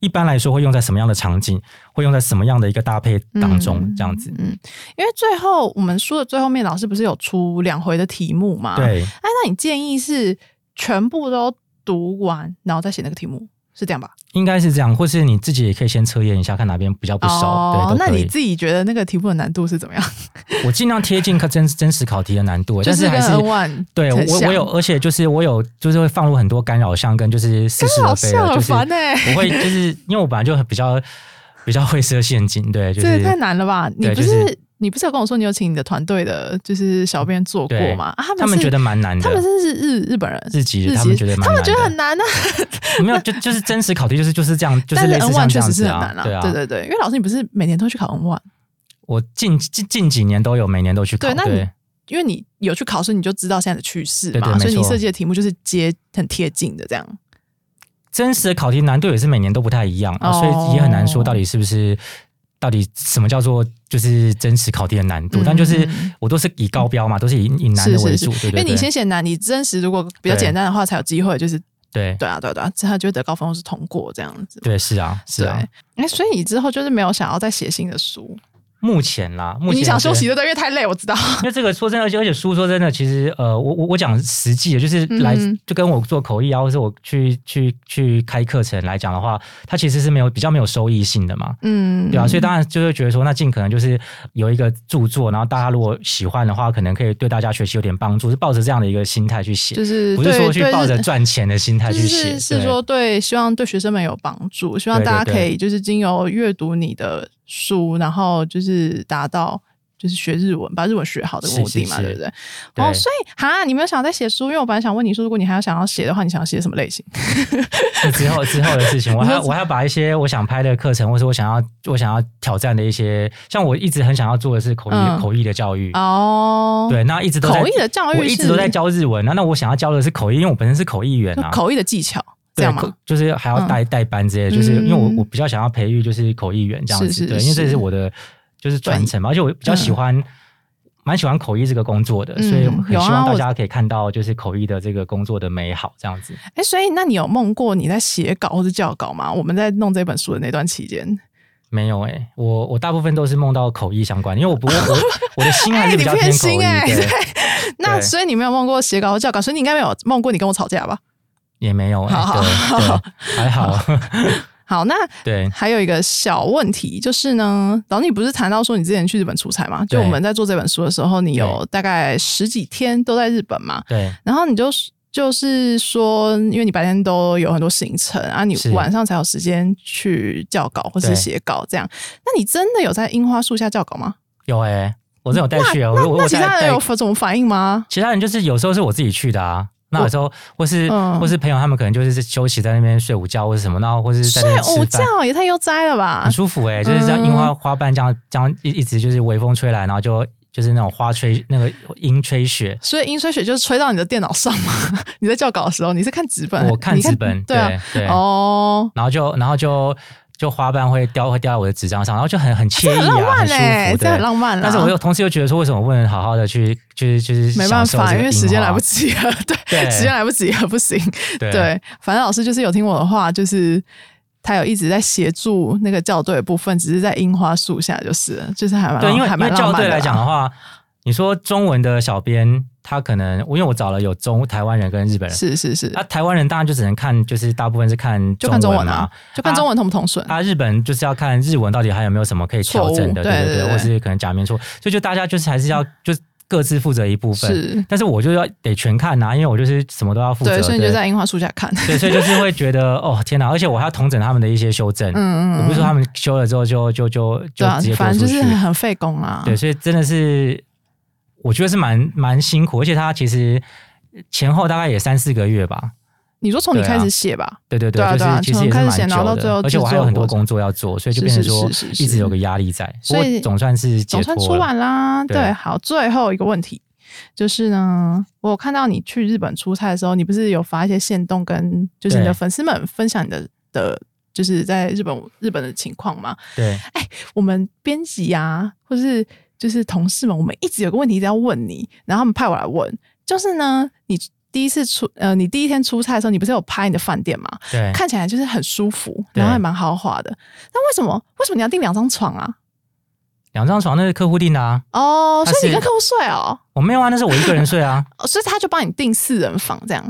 Speaker 2: 一般来说会用在什么样的场景，会用在什么样的一个搭配当中，
Speaker 1: 嗯
Speaker 2: 这样子。
Speaker 1: 因为最后我们书的最后面，老师不是有出两回的题目吗？。
Speaker 2: 对，
Speaker 1: 哎，那你建议是全部都读完，然后再写那个题目，是这样吧？
Speaker 2: 应该是这样，或是你自己也可以先测验一下，看哪边比较不熟。
Speaker 1: 哦
Speaker 2: 对，都
Speaker 1: 那
Speaker 2: 可
Speaker 1: 你
Speaker 2: 以。
Speaker 1: 自己觉得那个题目的难度是怎么样？
Speaker 2: 我尽量贴近看真真实考题的难 度，
Speaker 1: 就
Speaker 2: 但是还
Speaker 1: 跟
Speaker 2: 是
Speaker 1: N one
Speaker 2: 对我
Speaker 1: 很像
Speaker 2: 我有，而且就是我有就是会放入很多干扰项跟就是似是
Speaker 1: 老
Speaker 2: 而非
Speaker 1: 师
Speaker 2: 的，
Speaker 1: 很
Speaker 2: 就是
Speaker 1: 烦哎、
Speaker 2: 我会就是因为我本来就很比较比较会设陷阱， 对，就
Speaker 1: 这也
Speaker 2: 是
Speaker 1: 太难了吧？你
Speaker 2: 对
Speaker 1: 不、
Speaker 2: 就是是
Speaker 1: 你不是有跟我说你有请你的团队的，就是小编做过
Speaker 2: 对
Speaker 1: 吗？啊、他们
Speaker 2: 他们
Speaker 1: 是
Speaker 2: 觉得蛮难的
Speaker 1: 他。们真的是日日本人。
Speaker 2: 自己
Speaker 1: 日
Speaker 2: 他
Speaker 1: 籍
Speaker 2: 们觉得蛮
Speaker 1: 他们
Speaker 2: 难
Speaker 1: 觉得
Speaker 2: 的，
Speaker 1: 很难啊，
Speaker 2: 没有就就是真实考题就是就是 这样，就是
Speaker 1: 但是
Speaker 2: 类似
Speaker 1: N
Speaker 2: 像
Speaker 1: one
Speaker 2: 这
Speaker 1: 确
Speaker 2: 样
Speaker 1: 实是
Speaker 2: 子
Speaker 1: 很
Speaker 2: 啊
Speaker 1: 难，啊，
Speaker 2: 对啊
Speaker 1: 对，对对，因为老师你不是每年都去考 N one，
Speaker 2: 我近近近几年都有每年都去考，
Speaker 1: 对那你
Speaker 2: 对
Speaker 1: 因为你有去考试，你就知道现在的趋势
Speaker 2: 对对
Speaker 1: 嘛，
Speaker 2: 没
Speaker 1: 所以你
Speaker 2: 错
Speaker 1: 设计的题目就是接很贴近的这样。
Speaker 2: 真实的考题难度也是每年都不太一样，啊
Speaker 1: 哦
Speaker 2: 所以也很难说到底是不是到底什么叫做就是真实考题的难度，
Speaker 1: 嗯
Speaker 2: 但就是
Speaker 1: 嗯
Speaker 2: 我都是以高标嘛，都是以以难的为
Speaker 1: 是是
Speaker 2: 主，
Speaker 1: 是
Speaker 2: 对对
Speaker 1: 因为你
Speaker 2: 对
Speaker 1: 先写难，你真实如果比较
Speaker 2: 对
Speaker 1: 简单的话，才有机会，就是
Speaker 2: 对
Speaker 1: 对啊，对啊，对啊，这样就会得高分或是通过这样子。
Speaker 2: 对是啊是啊
Speaker 1: 对，，哎，所以你之后就是没有想要再写新的书，
Speaker 2: 目前啦，目前
Speaker 1: 你想休息
Speaker 2: 的，
Speaker 1: 的，对，因为太累，我知道。
Speaker 2: 因为这个说真的，而且而且书说真的，其实呃，我我我讲实际的，就是来、
Speaker 1: 嗯
Speaker 2: 就跟我做口译啊，或是我去去去开课程来讲的话，它其实是没有比较没有收益性的嘛，
Speaker 1: 嗯，
Speaker 2: 对啊，所以当然就会觉得说，那尽可能就是有一个著作，然后大家如果喜欢的话，可能可以对大家学习有点帮助，是抱着这样的一个心态去写，
Speaker 1: 就是
Speaker 2: 不是
Speaker 1: 对
Speaker 2: 说去
Speaker 1: 对
Speaker 2: 抱着
Speaker 1: 是
Speaker 2: 赚钱的心态
Speaker 1: 就
Speaker 2: 去写，
Speaker 1: 是是
Speaker 2: 对
Speaker 1: 说对，希望对学生们有帮助，希望
Speaker 2: 对对
Speaker 1: 大家可
Speaker 2: 对
Speaker 1: 以就是经由阅读你的书，然后就是达到。就是学日文，把日文学好的目的嘛，
Speaker 2: 是是是
Speaker 1: 对不对？
Speaker 2: 对
Speaker 1: 哦，所以哈，你没有想再写书，因为我本来想问你说，如果你还要想要写的话，你想要写什么类型？
Speaker 2: 那 之后之后的事情，我还要
Speaker 1: 你说
Speaker 2: 我还要把一些我想拍的课程，或者我想要我想要挑战的一些，像我一直很想要做的是口译、
Speaker 1: 嗯
Speaker 2: 口译的教育。
Speaker 1: 哦，
Speaker 2: 对，那一直都在
Speaker 1: 口译的教育
Speaker 2: 我一直
Speaker 1: 是
Speaker 2: 都在教日文。那那我想要教的是口译，因为我本身是口译员
Speaker 1: 就
Speaker 2: 啊，
Speaker 1: 口译的技巧，这
Speaker 2: 对
Speaker 1: 样
Speaker 2: 口
Speaker 1: 吗？嗯
Speaker 2: 就是还要带带班之类的，就是因为我我比较想要培育就是口译员这样
Speaker 1: 是是
Speaker 2: 子，对，因为这
Speaker 1: 是
Speaker 2: 是我的就是传承嘛，而且我比较喜
Speaker 1: 嗯
Speaker 2: 欢。蛮喜欢口译这个工作的，
Speaker 1: 嗯
Speaker 2: 所以很
Speaker 1: 有
Speaker 2: 希
Speaker 1: 啊
Speaker 2: 望大
Speaker 1: 我
Speaker 2: 家可以看到就是口译的这个工作的美好，这样子。
Speaker 1: 哎，所以那你有梦过你在写稿或是校稿吗？我们在弄这本书的那段期间，
Speaker 2: 没有哎、我我大部分都是梦到口译相关，因为我不我 我我的心还是比较
Speaker 1: 你
Speaker 2: 偏
Speaker 1: 偏
Speaker 2: 口译。
Speaker 1: 心哎、
Speaker 2: 对，
Speaker 1: 对。那
Speaker 2: 对
Speaker 1: 所以你没有梦过写稿或校稿，所以你应该没有梦过你跟我吵架吧？
Speaker 2: 也没有、欸，
Speaker 1: 好好
Speaker 2: 对
Speaker 1: 好
Speaker 2: 对，还好，
Speaker 1: 好，那
Speaker 2: 对
Speaker 1: 还有一个小问题就是呢，老你不是谈到说你之前去日本出差嘛？就
Speaker 2: 对
Speaker 1: 我们在做这本书的时候，你有大概十几天都在日本嘛？
Speaker 2: 对
Speaker 1: 然后你就就是说，因为你白天都有很多行程啊，你
Speaker 2: 是
Speaker 1: 晚上才有时间去校稿或是
Speaker 2: 对
Speaker 1: 写稿这样。那你真的有在樱花树下校稿吗？
Speaker 2: 有哎、我真的有带去啊，
Speaker 1: 那
Speaker 2: 我我
Speaker 1: 那
Speaker 2: 我
Speaker 1: 其他人
Speaker 2: 带
Speaker 1: 有
Speaker 2: 带，
Speaker 1: 怎么反应吗？
Speaker 2: 其他人就是有时候是我自己去的啊。那有时候，或是、
Speaker 1: 嗯
Speaker 2: 或是朋友，他们可能就是休息在那边睡午觉，或是什么，然后或是在
Speaker 1: 睡
Speaker 2: 那边吃
Speaker 1: 午
Speaker 2: 饭，
Speaker 1: 觉也啊太悠哉了吧
Speaker 2: 很！舒服哎、就是像樱花花瓣这样这样一一直就是微风吹来，然后就就是那种花吹那个樱吹雪，
Speaker 1: 所以樱吹雪就是吹到你的电脑上嘛？ 你在校稿的时候，你是看纸本？
Speaker 2: 我看
Speaker 1: 你
Speaker 2: 纸本，
Speaker 1: 对啊，
Speaker 2: 对，
Speaker 1: 哦，
Speaker 2: 然后就然后就就花瓣会掉会掉在我的纸张上，然后就很很惬
Speaker 1: 很
Speaker 2: 意
Speaker 1: 浪
Speaker 2: 啊，很
Speaker 1: 漫
Speaker 2: 舒
Speaker 1: 嘞、
Speaker 2: 服，
Speaker 1: 这很
Speaker 2: 对。
Speaker 1: 浪漫啦。啊
Speaker 2: 但是我又同时又觉得说，为什么不能好好的去，就是就是
Speaker 1: 没办
Speaker 2: 享受
Speaker 1: 法，
Speaker 2: 这
Speaker 1: 因
Speaker 2: 个
Speaker 1: 为时间
Speaker 2: 樱花
Speaker 1: 来不及了，对，
Speaker 2: 对
Speaker 1: 时间来不及了，不行。
Speaker 2: 对
Speaker 1: 对，反正老师就是有听我的话，就是他有一直在协助那个校队的部分，只是在樱花树下就是了，就是还蛮
Speaker 2: 对，因为
Speaker 1: 还
Speaker 2: 因
Speaker 1: 蛮
Speaker 2: 为校
Speaker 1: 浪漫
Speaker 2: 队
Speaker 1: 的啊
Speaker 2: 来讲
Speaker 1: 啦
Speaker 2: 的话，你说中文的小编他可能，因为我找了有中台湾人跟日本人，
Speaker 1: 是是是，
Speaker 2: 啊，台湾人当然就只能看，就是大部分是看
Speaker 1: 就看中
Speaker 2: 中
Speaker 1: 文
Speaker 2: 嘛
Speaker 1: 啊，，就看中文通不通顺。
Speaker 2: 啊，日本就是要看日文到底还有没有什么可以调整的，
Speaker 1: 错误对
Speaker 2: 对
Speaker 1: 对
Speaker 2: 对，
Speaker 1: 对嗯
Speaker 2: 或是可能假面错，所以就大家就是还是要就各自负责一部分。
Speaker 1: 是，
Speaker 2: 但是我就要得全看啊呐、因为我就是什么都要负责。
Speaker 1: 对，所以你就在樱花树下看。
Speaker 2: 对，所以就是会觉得哦天哪，而且我还要统整他们的一些修正。
Speaker 1: 嗯
Speaker 2: 我不是说他们修了之后就就就
Speaker 1: 对
Speaker 2: 就
Speaker 1: 啊
Speaker 2: 直接，
Speaker 1: 反
Speaker 2: 丢
Speaker 1: 正
Speaker 2: 出
Speaker 1: 就
Speaker 2: 去
Speaker 1: 是。很费工啊。
Speaker 2: 对，所以真的是我觉得是蛮蛮辛苦，而且他其实前后大概也三四个月吧。
Speaker 1: 你说从你
Speaker 2: 对啊
Speaker 1: 开始写吧，
Speaker 2: 对对
Speaker 1: 对啊
Speaker 2: 就
Speaker 1: 对啊
Speaker 2: 是其实
Speaker 1: 从
Speaker 2: 也是
Speaker 1: 开始
Speaker 2: 蛮
Speaker 1: 写
Speaker 2: 久
Speaker 1: 然后到
Speaker 2: 的
Speaker 1: 最后
Speaker 2: 而
Speaker 1: 制
Speaker 2: 且我还有
Speaker 1: 作
Speaker 2: 很多
Speaker 1: 过程
Speaker 2: 工作要做，所以就是变成
Speaker 1: 是
Speaker 2: 说
Speaker 1: 是是
Speaker 2: 一直
Speaker 1: 是
Speaker 2: 有个压力在。不
Speaker 1: 所
Speaker 2: 过
Speaker 1: 以
Speaker 2: 总算是解
Speaker 1: 总算出
Speaker 2: 脱了。
Speaker 1: 版啦。
Speaker 2: 对
Speaker 1: 对，好，最后一个问题就是呢，我有看到你去日本出差的时候，你不是有发一些线动跟就是你的
Speaker 2: 对
Speaker 1: 粉丝们分享你的的，就是在日本日本的情况吗？
Speaker 2: 对，
Speaker 1: 我们编辑啊，或是就是同事们，我们一直有个问题一直要问你，然后他们派我来问，就是呢，你第一次出呃，你第一天出差的时候，你不是有拍你的饭店吗？
Speaker 2: 对，
Speaker 1: 看起来就是很舒服，
Speaker 2: 对
Speaker 1: 然后还蛮豪华的。那为什么为什么你要订两张床啊？
Speaker 2: 两张床那是客户订的啊，
Speaker 1: 哦，
Speaker 2: 它
Speaker 1: 所以你
Speaker 2: 是
Speaker 1: 跟客户睡哦，
Speaker 2: 我没有啊，那是我一个人睡啊。
Speaker 1: 哦所以他就帮你订四人房这样。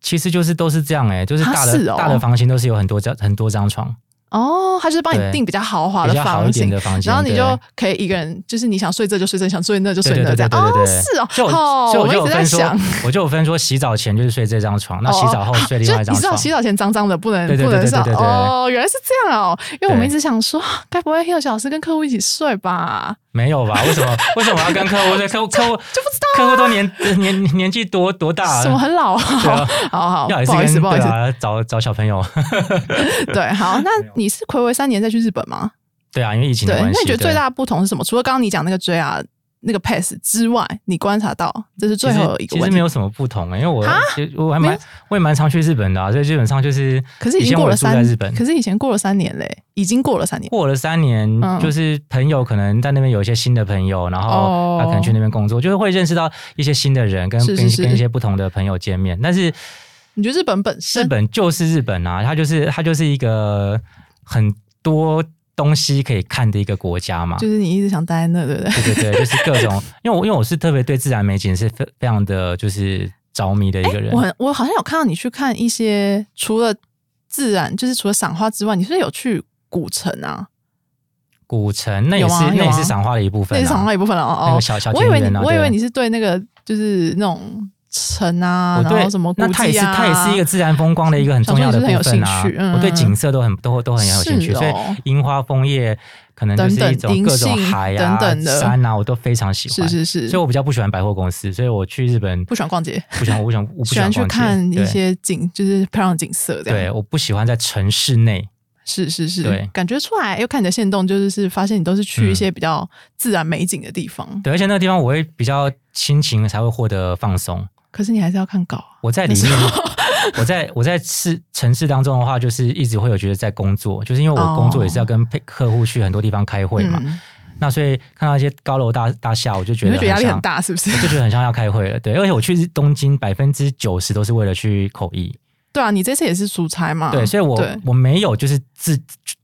Speaker 2: 其实就是都是这样哎、就是
Speaker 1: 啊
Speaker 2: 大
Speaker 1: 是
Speaker 2: 的、
Speaker 1: 哦
Speaker 2: 大的房型都是有很多张很多张床，
Speaker 1: 哦，他就是帮你
Speaker 2: 对
Speaker 1: 订比较豪华
Speaker 2: 比
Speaker 1: 的
Speaker 2: 较好
Speaker 1: 房
Speaker 2: 一点
Speaker 1: 型，
Speaker 2: 的房间，
Speaker 1: 然后你
Speaker 2: 对
Speaker 1: 就可以一个人，就是你想睡这就睡这，想睡那就睡
Speaker 2: 对
Speaker 1: 那
Speaker 2: 对
Speaker 1: 这
Speaker 2: 对
Speaker 1: 样。
Speaker 2: 对对
Speaker 1: 哦，
Speaker 2: 对，
Speaker 1: 是哦，
Speaker 2: 所以
Speaker 1: 哦
Speaker 2: 我，所以我就
Speaker 1: 一
Speaker 2: 有
Speaker 1: 直在
Speaker 2: 分说
Speaker 1: 想。，
Speaker 2: 我就有分说洗澡前就是睡这张床，那洗澡后睡另外一
Speaker 1: 哦就
Speaker 2: 张
Speaker 1: 你知道
Speaker 2: 床。
Speaker 1: 洗澡前脏脏的不能
Speaker 2: 对对
Speaker 1: 不
Speaker 2: 对
Speaker 1: 能
Speaker 2: 对
Speaker 1: 上
Speaker 2: 对对对
Speaker 1: 哦，原来是这样哦，因为我们一
Speaker 2: 对
Speaker 1: 直想说，该不会 h i l 小时跟客户一起睡吧？
Speaker 2: 没有吧？为什 么为什么我要跟客户？对客户客户
Speaker 1: 就不知道啊
Speaker 2: 客户都年呃年年纪多多大
Speaker 1: 什么
Speaker 2: 了？
Speaker 1: 很老啊，
Speaker 2: 对啊，
Speaker 1: 好好
Speaker 2: 要也
Speaker 1: 不好意思
Speaker 2: 是跟
Speaker 1: 不好意
Speaker 2: 对
Speaker 1: 思，
Speaker 2: 啊，找找小朋友。
Speaker 1: 对，好，那你是暌违三年再去日本吗？
Speaker 2: 对啊，因为疫情
Speaker 1: 对
Speaker 2: 的，
Speaker 1: 那
Speaker 2: 关系。
Speaker 1: 你觉得最
Speaker 2: 对
Speaker 1: 大的不同是什么？除了刚刚你讲那个 JR 那个 pass 之外，你观察到这是最后一
Speaker 2: 其
Speaker 1: 个
Speaker 2: 实其
Speaker 1: 问
Speaker 2: 实
Speaker 1: 题
Speaker 2: 没。有什么不同、欸，因为我
Speaker 1: 啊
Speaker 2: 其实我还
Speaker 1: 没
Speaker 2: 蛮我也蛮常去日本的、啊，所以基本上就是
Speaker 1: 可是已
Speaker 2: 以
Speaker 1: 经
Speaker 2: 前
Speaker 1: 过
Speaker 2: 我
Speaker 1: 了
Speaker 2: 住
Speaker 1: 三，
Speaker 2: 在日本，
Speaker 1: 可是以前过了三年嘞，已经过了三年。
Speaker 2: 过了三年，
Speaker 1: 嗯
Speaker 2: 就是朋友可能在那边有一些新的朋友，然
Speaker 1: 哦
Speaker 2: 后他可能去那边工作，就是会认识到一些新的人，跟
Speaker 1: 是是
Speaker 2: 跟
Speaker 1: 是
Speaker 2: 跟一些不同的朋友见面。但是
Speaker 1: 你觉得日本本
Speaker 2: 日
Speaker 1: 身
Speaker 2: 本就是日本啊，它就是它就是一个很多东西可以看的一个国家嘛。
Speaker 1: 就是你一直想待在那，对不对？
Speaker 2: 对 对对，就是各种，因为我因为我是特别对自然美景是非非常的就是着迷的一个人
Speaker 1: 我。很我好像有看到你去看一些除了自然，就是除了赏花之外，你是不是有去古城啊？
Speaker 2: 古城那也
Speaker 1: 有
Speaker 2: 是
Speaker 1: 吗有
Speaker 2: 那也
Speaker 1: 吗
Speaker 2: 是赏花的一部
Speaker 1: 那
Speaker 2: 分
Speaker 1: 也
Speaker 2: 啊，
Speaker 1: 是赏花一部分了
Speaker 2: 那
Speaker 1: 哦。
Speaker 2: 个
Speaker 1: 哦
Speaker 2: 小小
Speaker 1: 我以为
Speaker 2: 田
Speaker 1: 你
Speaker 2: 园啊，
Speaker 1: 我以为
Speaker 2: 对
Speaker 1: 你是对那个就是那种城啊，
Speaker 2: 我
Speaker 1: 然后
Speaker 2: 哦对
Speaker 1: 什么古迹
Speaker 2: 那
Speaker 1: 啊，
Speaker 2: 它也是它也是一个自然风光的一个很重要的部
Speaker 1: 想说
Speaker 2: 分
Speaker 1: 你是
Speaker 2: 啊
Speaker 1: 很有兴趣。嗯
Speaker 2: 我对景色都很都都很有兴趣，
Speaker 1: 是哦
Speaker 2: 所以樱花枫叶可能就是一
Speaker 1: 等等
Speaker 2: 种各种海啊、
Speaker 1: 银杏等等的
Speaker 2: 山啊，我都非常喜
Speaker 1: 是
Speaker 2: 欢。
Speaker 1: 是是，
Speaker 2: 所以我比较不喜欢百货公司，所以我去日本
Speaker 1: 不喜欢逛街，
Speaker 2: 不喜欢，我不喜欢，我不
Speaker 1: 喜欢去
Speaker 2: 逛街
Speaker 1: 看一
Speaker 2: 对
Speaker 1: 些景，就是漂亮的景色这
Speaker 2: 对，
Speaker 1: 样。
Speaker 2: 我不喜欢在城市内。
Speaker 1: 是是是
Speaker 2: 对，
Speaker 1: 感觉出来，又看你的线动，就是是发现你都是去一
Speaker 2: 嗯
Speaker 1: 些比较自然美景的地方，
Speaker 2: 对，而且那个地方我会比较心情才会获得放松。
Speaker 1: 可是你还是要看稿啊。
Speaker 2: 我在里面， 我在我在市城市当中的话，就是一直会有觉得在工作，就是因为我工作也是要跟客户去很多地方开会嘛。
Speaker 1: 哦嗯
Speaker 2: 那所以看到一些高楼大大厦，我就觉
Speaker 1: 你
Speaker 2: 得
Speaker 1: 会觉得压力
Speaker 2: 像
Speaker 1: 很，大，是不是？
Speaker 2: 我就觉得很像要开会了。对，而且我去东京百分之九十都是为了去口译，
Speaker 1: 对啊，你这次也是出差嘛？
Speaker 2: 对，所以我
Speaker 1: 嗯对
Speaker 2: 我没有就是自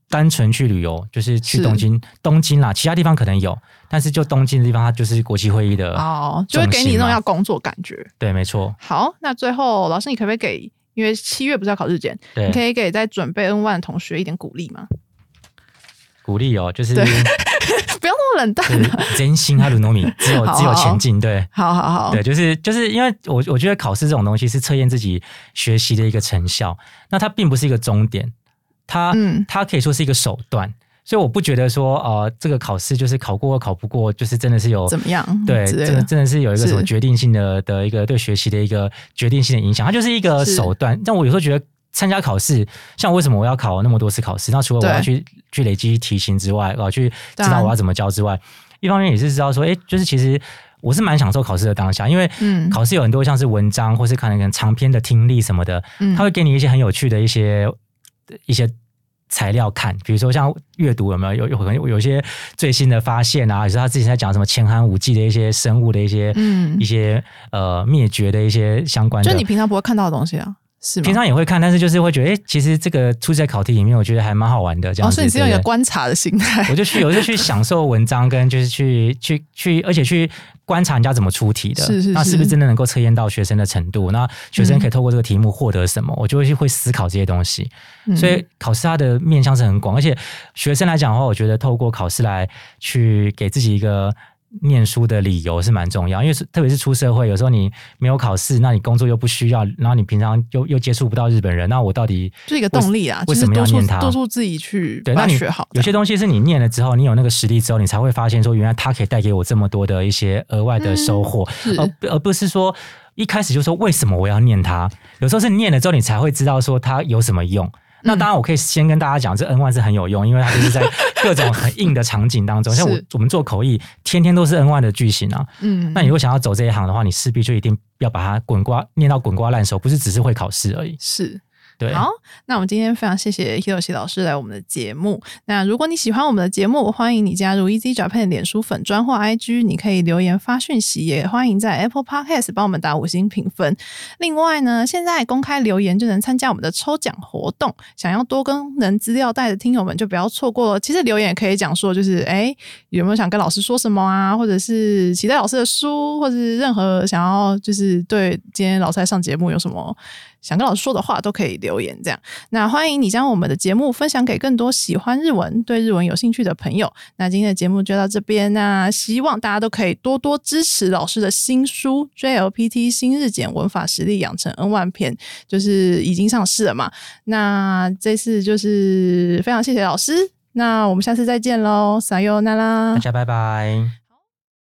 Speaker 2: 单纯去旅游，就是去
Speaker 1: 是
Speaker 2: 东京东京啦，其他地方可能有，但是就东京的地方，它就是国际会议的，
Speaker 1: 哦，就会给你那
Speaker 2: 重心
Speaker 1: 种
Speaker 2: 嘛
Speaker 1: 要工作感觉。
Speaker 2: 对，没错，
Speaker 1: 好，那最后老师，你可不可以给？因为七月不是要考日检，
Speaker 2: 对
Speaker 1: 你，可以给在准备 N 万的同学一点鼓励吗？
Speaker 2: 鼓励哦，就是
Speaker 1: 对不要那么冷淡
Speaker 2: 就是
Speaker 1: 啊！
Speaker 2: 真心哈鲁诺 米，只有
Speaker 1: 好
Speaker 2: 只有
Speaker 1: 好
Speaker 2: 前进，对。
Speaker 1: 好好好，
Speaker 2: 对，就是就是因为我我觉得考试这种东西是测验自己学习的一个成效，那它并不是一个终点，它、
Speaker 1: 嗯
Speaker 2: 它可以说是一个手段，所以我不觉得说呃这个考试就是考过或考不过，就是真的是有
Speaker 1: 怎么样？
Speaker 2: 对，
Speaker 1: 之类
Speaker 2: 真的
Speaker 1: 的。
Speaker 2: 真的是有一个
Speaker 1: 是
Speaker 2: 什么决定性的的一个对学习的一个决定性的影响，它就是一个
Speaker 1: 是
Speaker 2: 手段。但我有时候觉得参加考试，像为什么我要考那么多次考试？那除了我
Speaker 1: 对
Speaker 2: 要去去累积题型之外，啊，去知
Speaker 1: 当然
Speaker 2: 道我要怎么教之外，一方面也是知道说，哎，就是其实我是蛮享受考试的当下，因为
Speaker 1: 嗯
Speaker 2: 考试有很多哦像是文章或是可能可能长篇的听力什么的，
Speaker 1: 嗯
Speaker 2: 它会给你一些很有趣的一些一些材料看，比如说像阅读有没有有有可能有有一些最新的发现啊，有时候他之前在讲什么前寒武纪的一些生物的一些、
Speaker 1: 嗯
Speaker 2: 一些呃灭绝的一些相关的，
Speaker 1: 就你平常不会看到的东西啊，是
Speaker 2: 平
Speaker 1: 吗？
Speaker 2: 常也会看，但是就是会觉得，哎、其实这个出在考题里面，我觉得还蛮好玩的。这
Speaker 1: 哦，
Speaker 2: 样子，
Speaker 1: 所以你是用一
Speaker 2: 对
Speaker 1: 个
Speaker 2: 不对
Speaker 1: 观察的心态
Speaker 2: 我，就去，我就去享受文章，跟就是去去去，而且去观察人家怎么出题的。
Speaker 1: 是是
Speaker 2: 那
Speaker 1: 是嗯
Speaker 2: 是不是真的能够测验到学生的程度？那学生可以透过这个题目获得什么？我就会去会思考这些东西。
Speaker 1: 嗯
Speaker 2: 所以考试它的面向是很广，而且学生来讲的话，我觉得透过考试来去给自己一个。念书的理由是蛮重要，因为是特别是出社会，有时候你没有考试，那你工作又不需要，然后你平常又又接触不到日本人，那我到底
Speaker 1: 就是一个动力啊，
Speaker 2: 为
Speaker 1: 就是
Speaker 2: 为什么要
Speaker 1: 督促
Speaker 2: 念它
Speaker 1: 督促自己去
Speaker 2: 对，
Speaker 1: 把
Speaker 2: 那
Speaker 1: 它
Speaker 2: 你
Speaker 1: 学好。
Speaker 2: 有些东西是你念了之后，你有那个实力之后，你才会发现说，原来它可以带给我这么多的一些额外的收获，
Speaker 1: 嗯是
Speaker 2: 而而不是说一开始就说为什么我要念它。有时候是念了之后，你才会知道说它有什么用。
Speaker 1: 嗯
Speaker 2: 那当然，我可以先跟大家讲，这 N one 是很有用，因为它就是在各种很硬的场景 当中，像我
Speaker 1: 是
Speaker 2: 我们做口译，天天都是 N one 的句型啊。
Speaker 1: 嗯，
Speaker 2: 那你如果想要走这一行的话，你势必就一定要把它滚瓜念到滚瓜烂熟，不是只是会考试而已。
Speaker 1: 是
Speaker 2: 对，
Speaker 1: 好，那我们今天非常谢谢 Hiroshi 老师来我们的节目。那如果你喜欢我们的节目，欢迎你加入 Easy Japan 脸书粉专或 IG，你可以留言发讯息，也欢迎在 Apple Podcast 帮我们打五星评分。另外呢，现在公开留言就能参加我们的抽奖活动，想要多功能资料袋的听友们就不要错过了。其实留言也可以讲说，就是哎、诶有没有想跟老师说什么啊，或者是期待老师的书，或者是任何想要就是对今天老师来上节目有什么想跟老师说的话，都可以留言这样。那欢迎你将我们的节目分享给更多喜欢日文、对日文有兴趣的朋友。那今天的节目就到这边那希望大家都可以多多支持老师的新书《JLPT 新日检文法实力养成 N 万篇》，就是已经上市了嘛。那这次就是非常谢谢老师，那我们下次再见喽，撒哟那拉，
Speaker 2: 大家拜拜。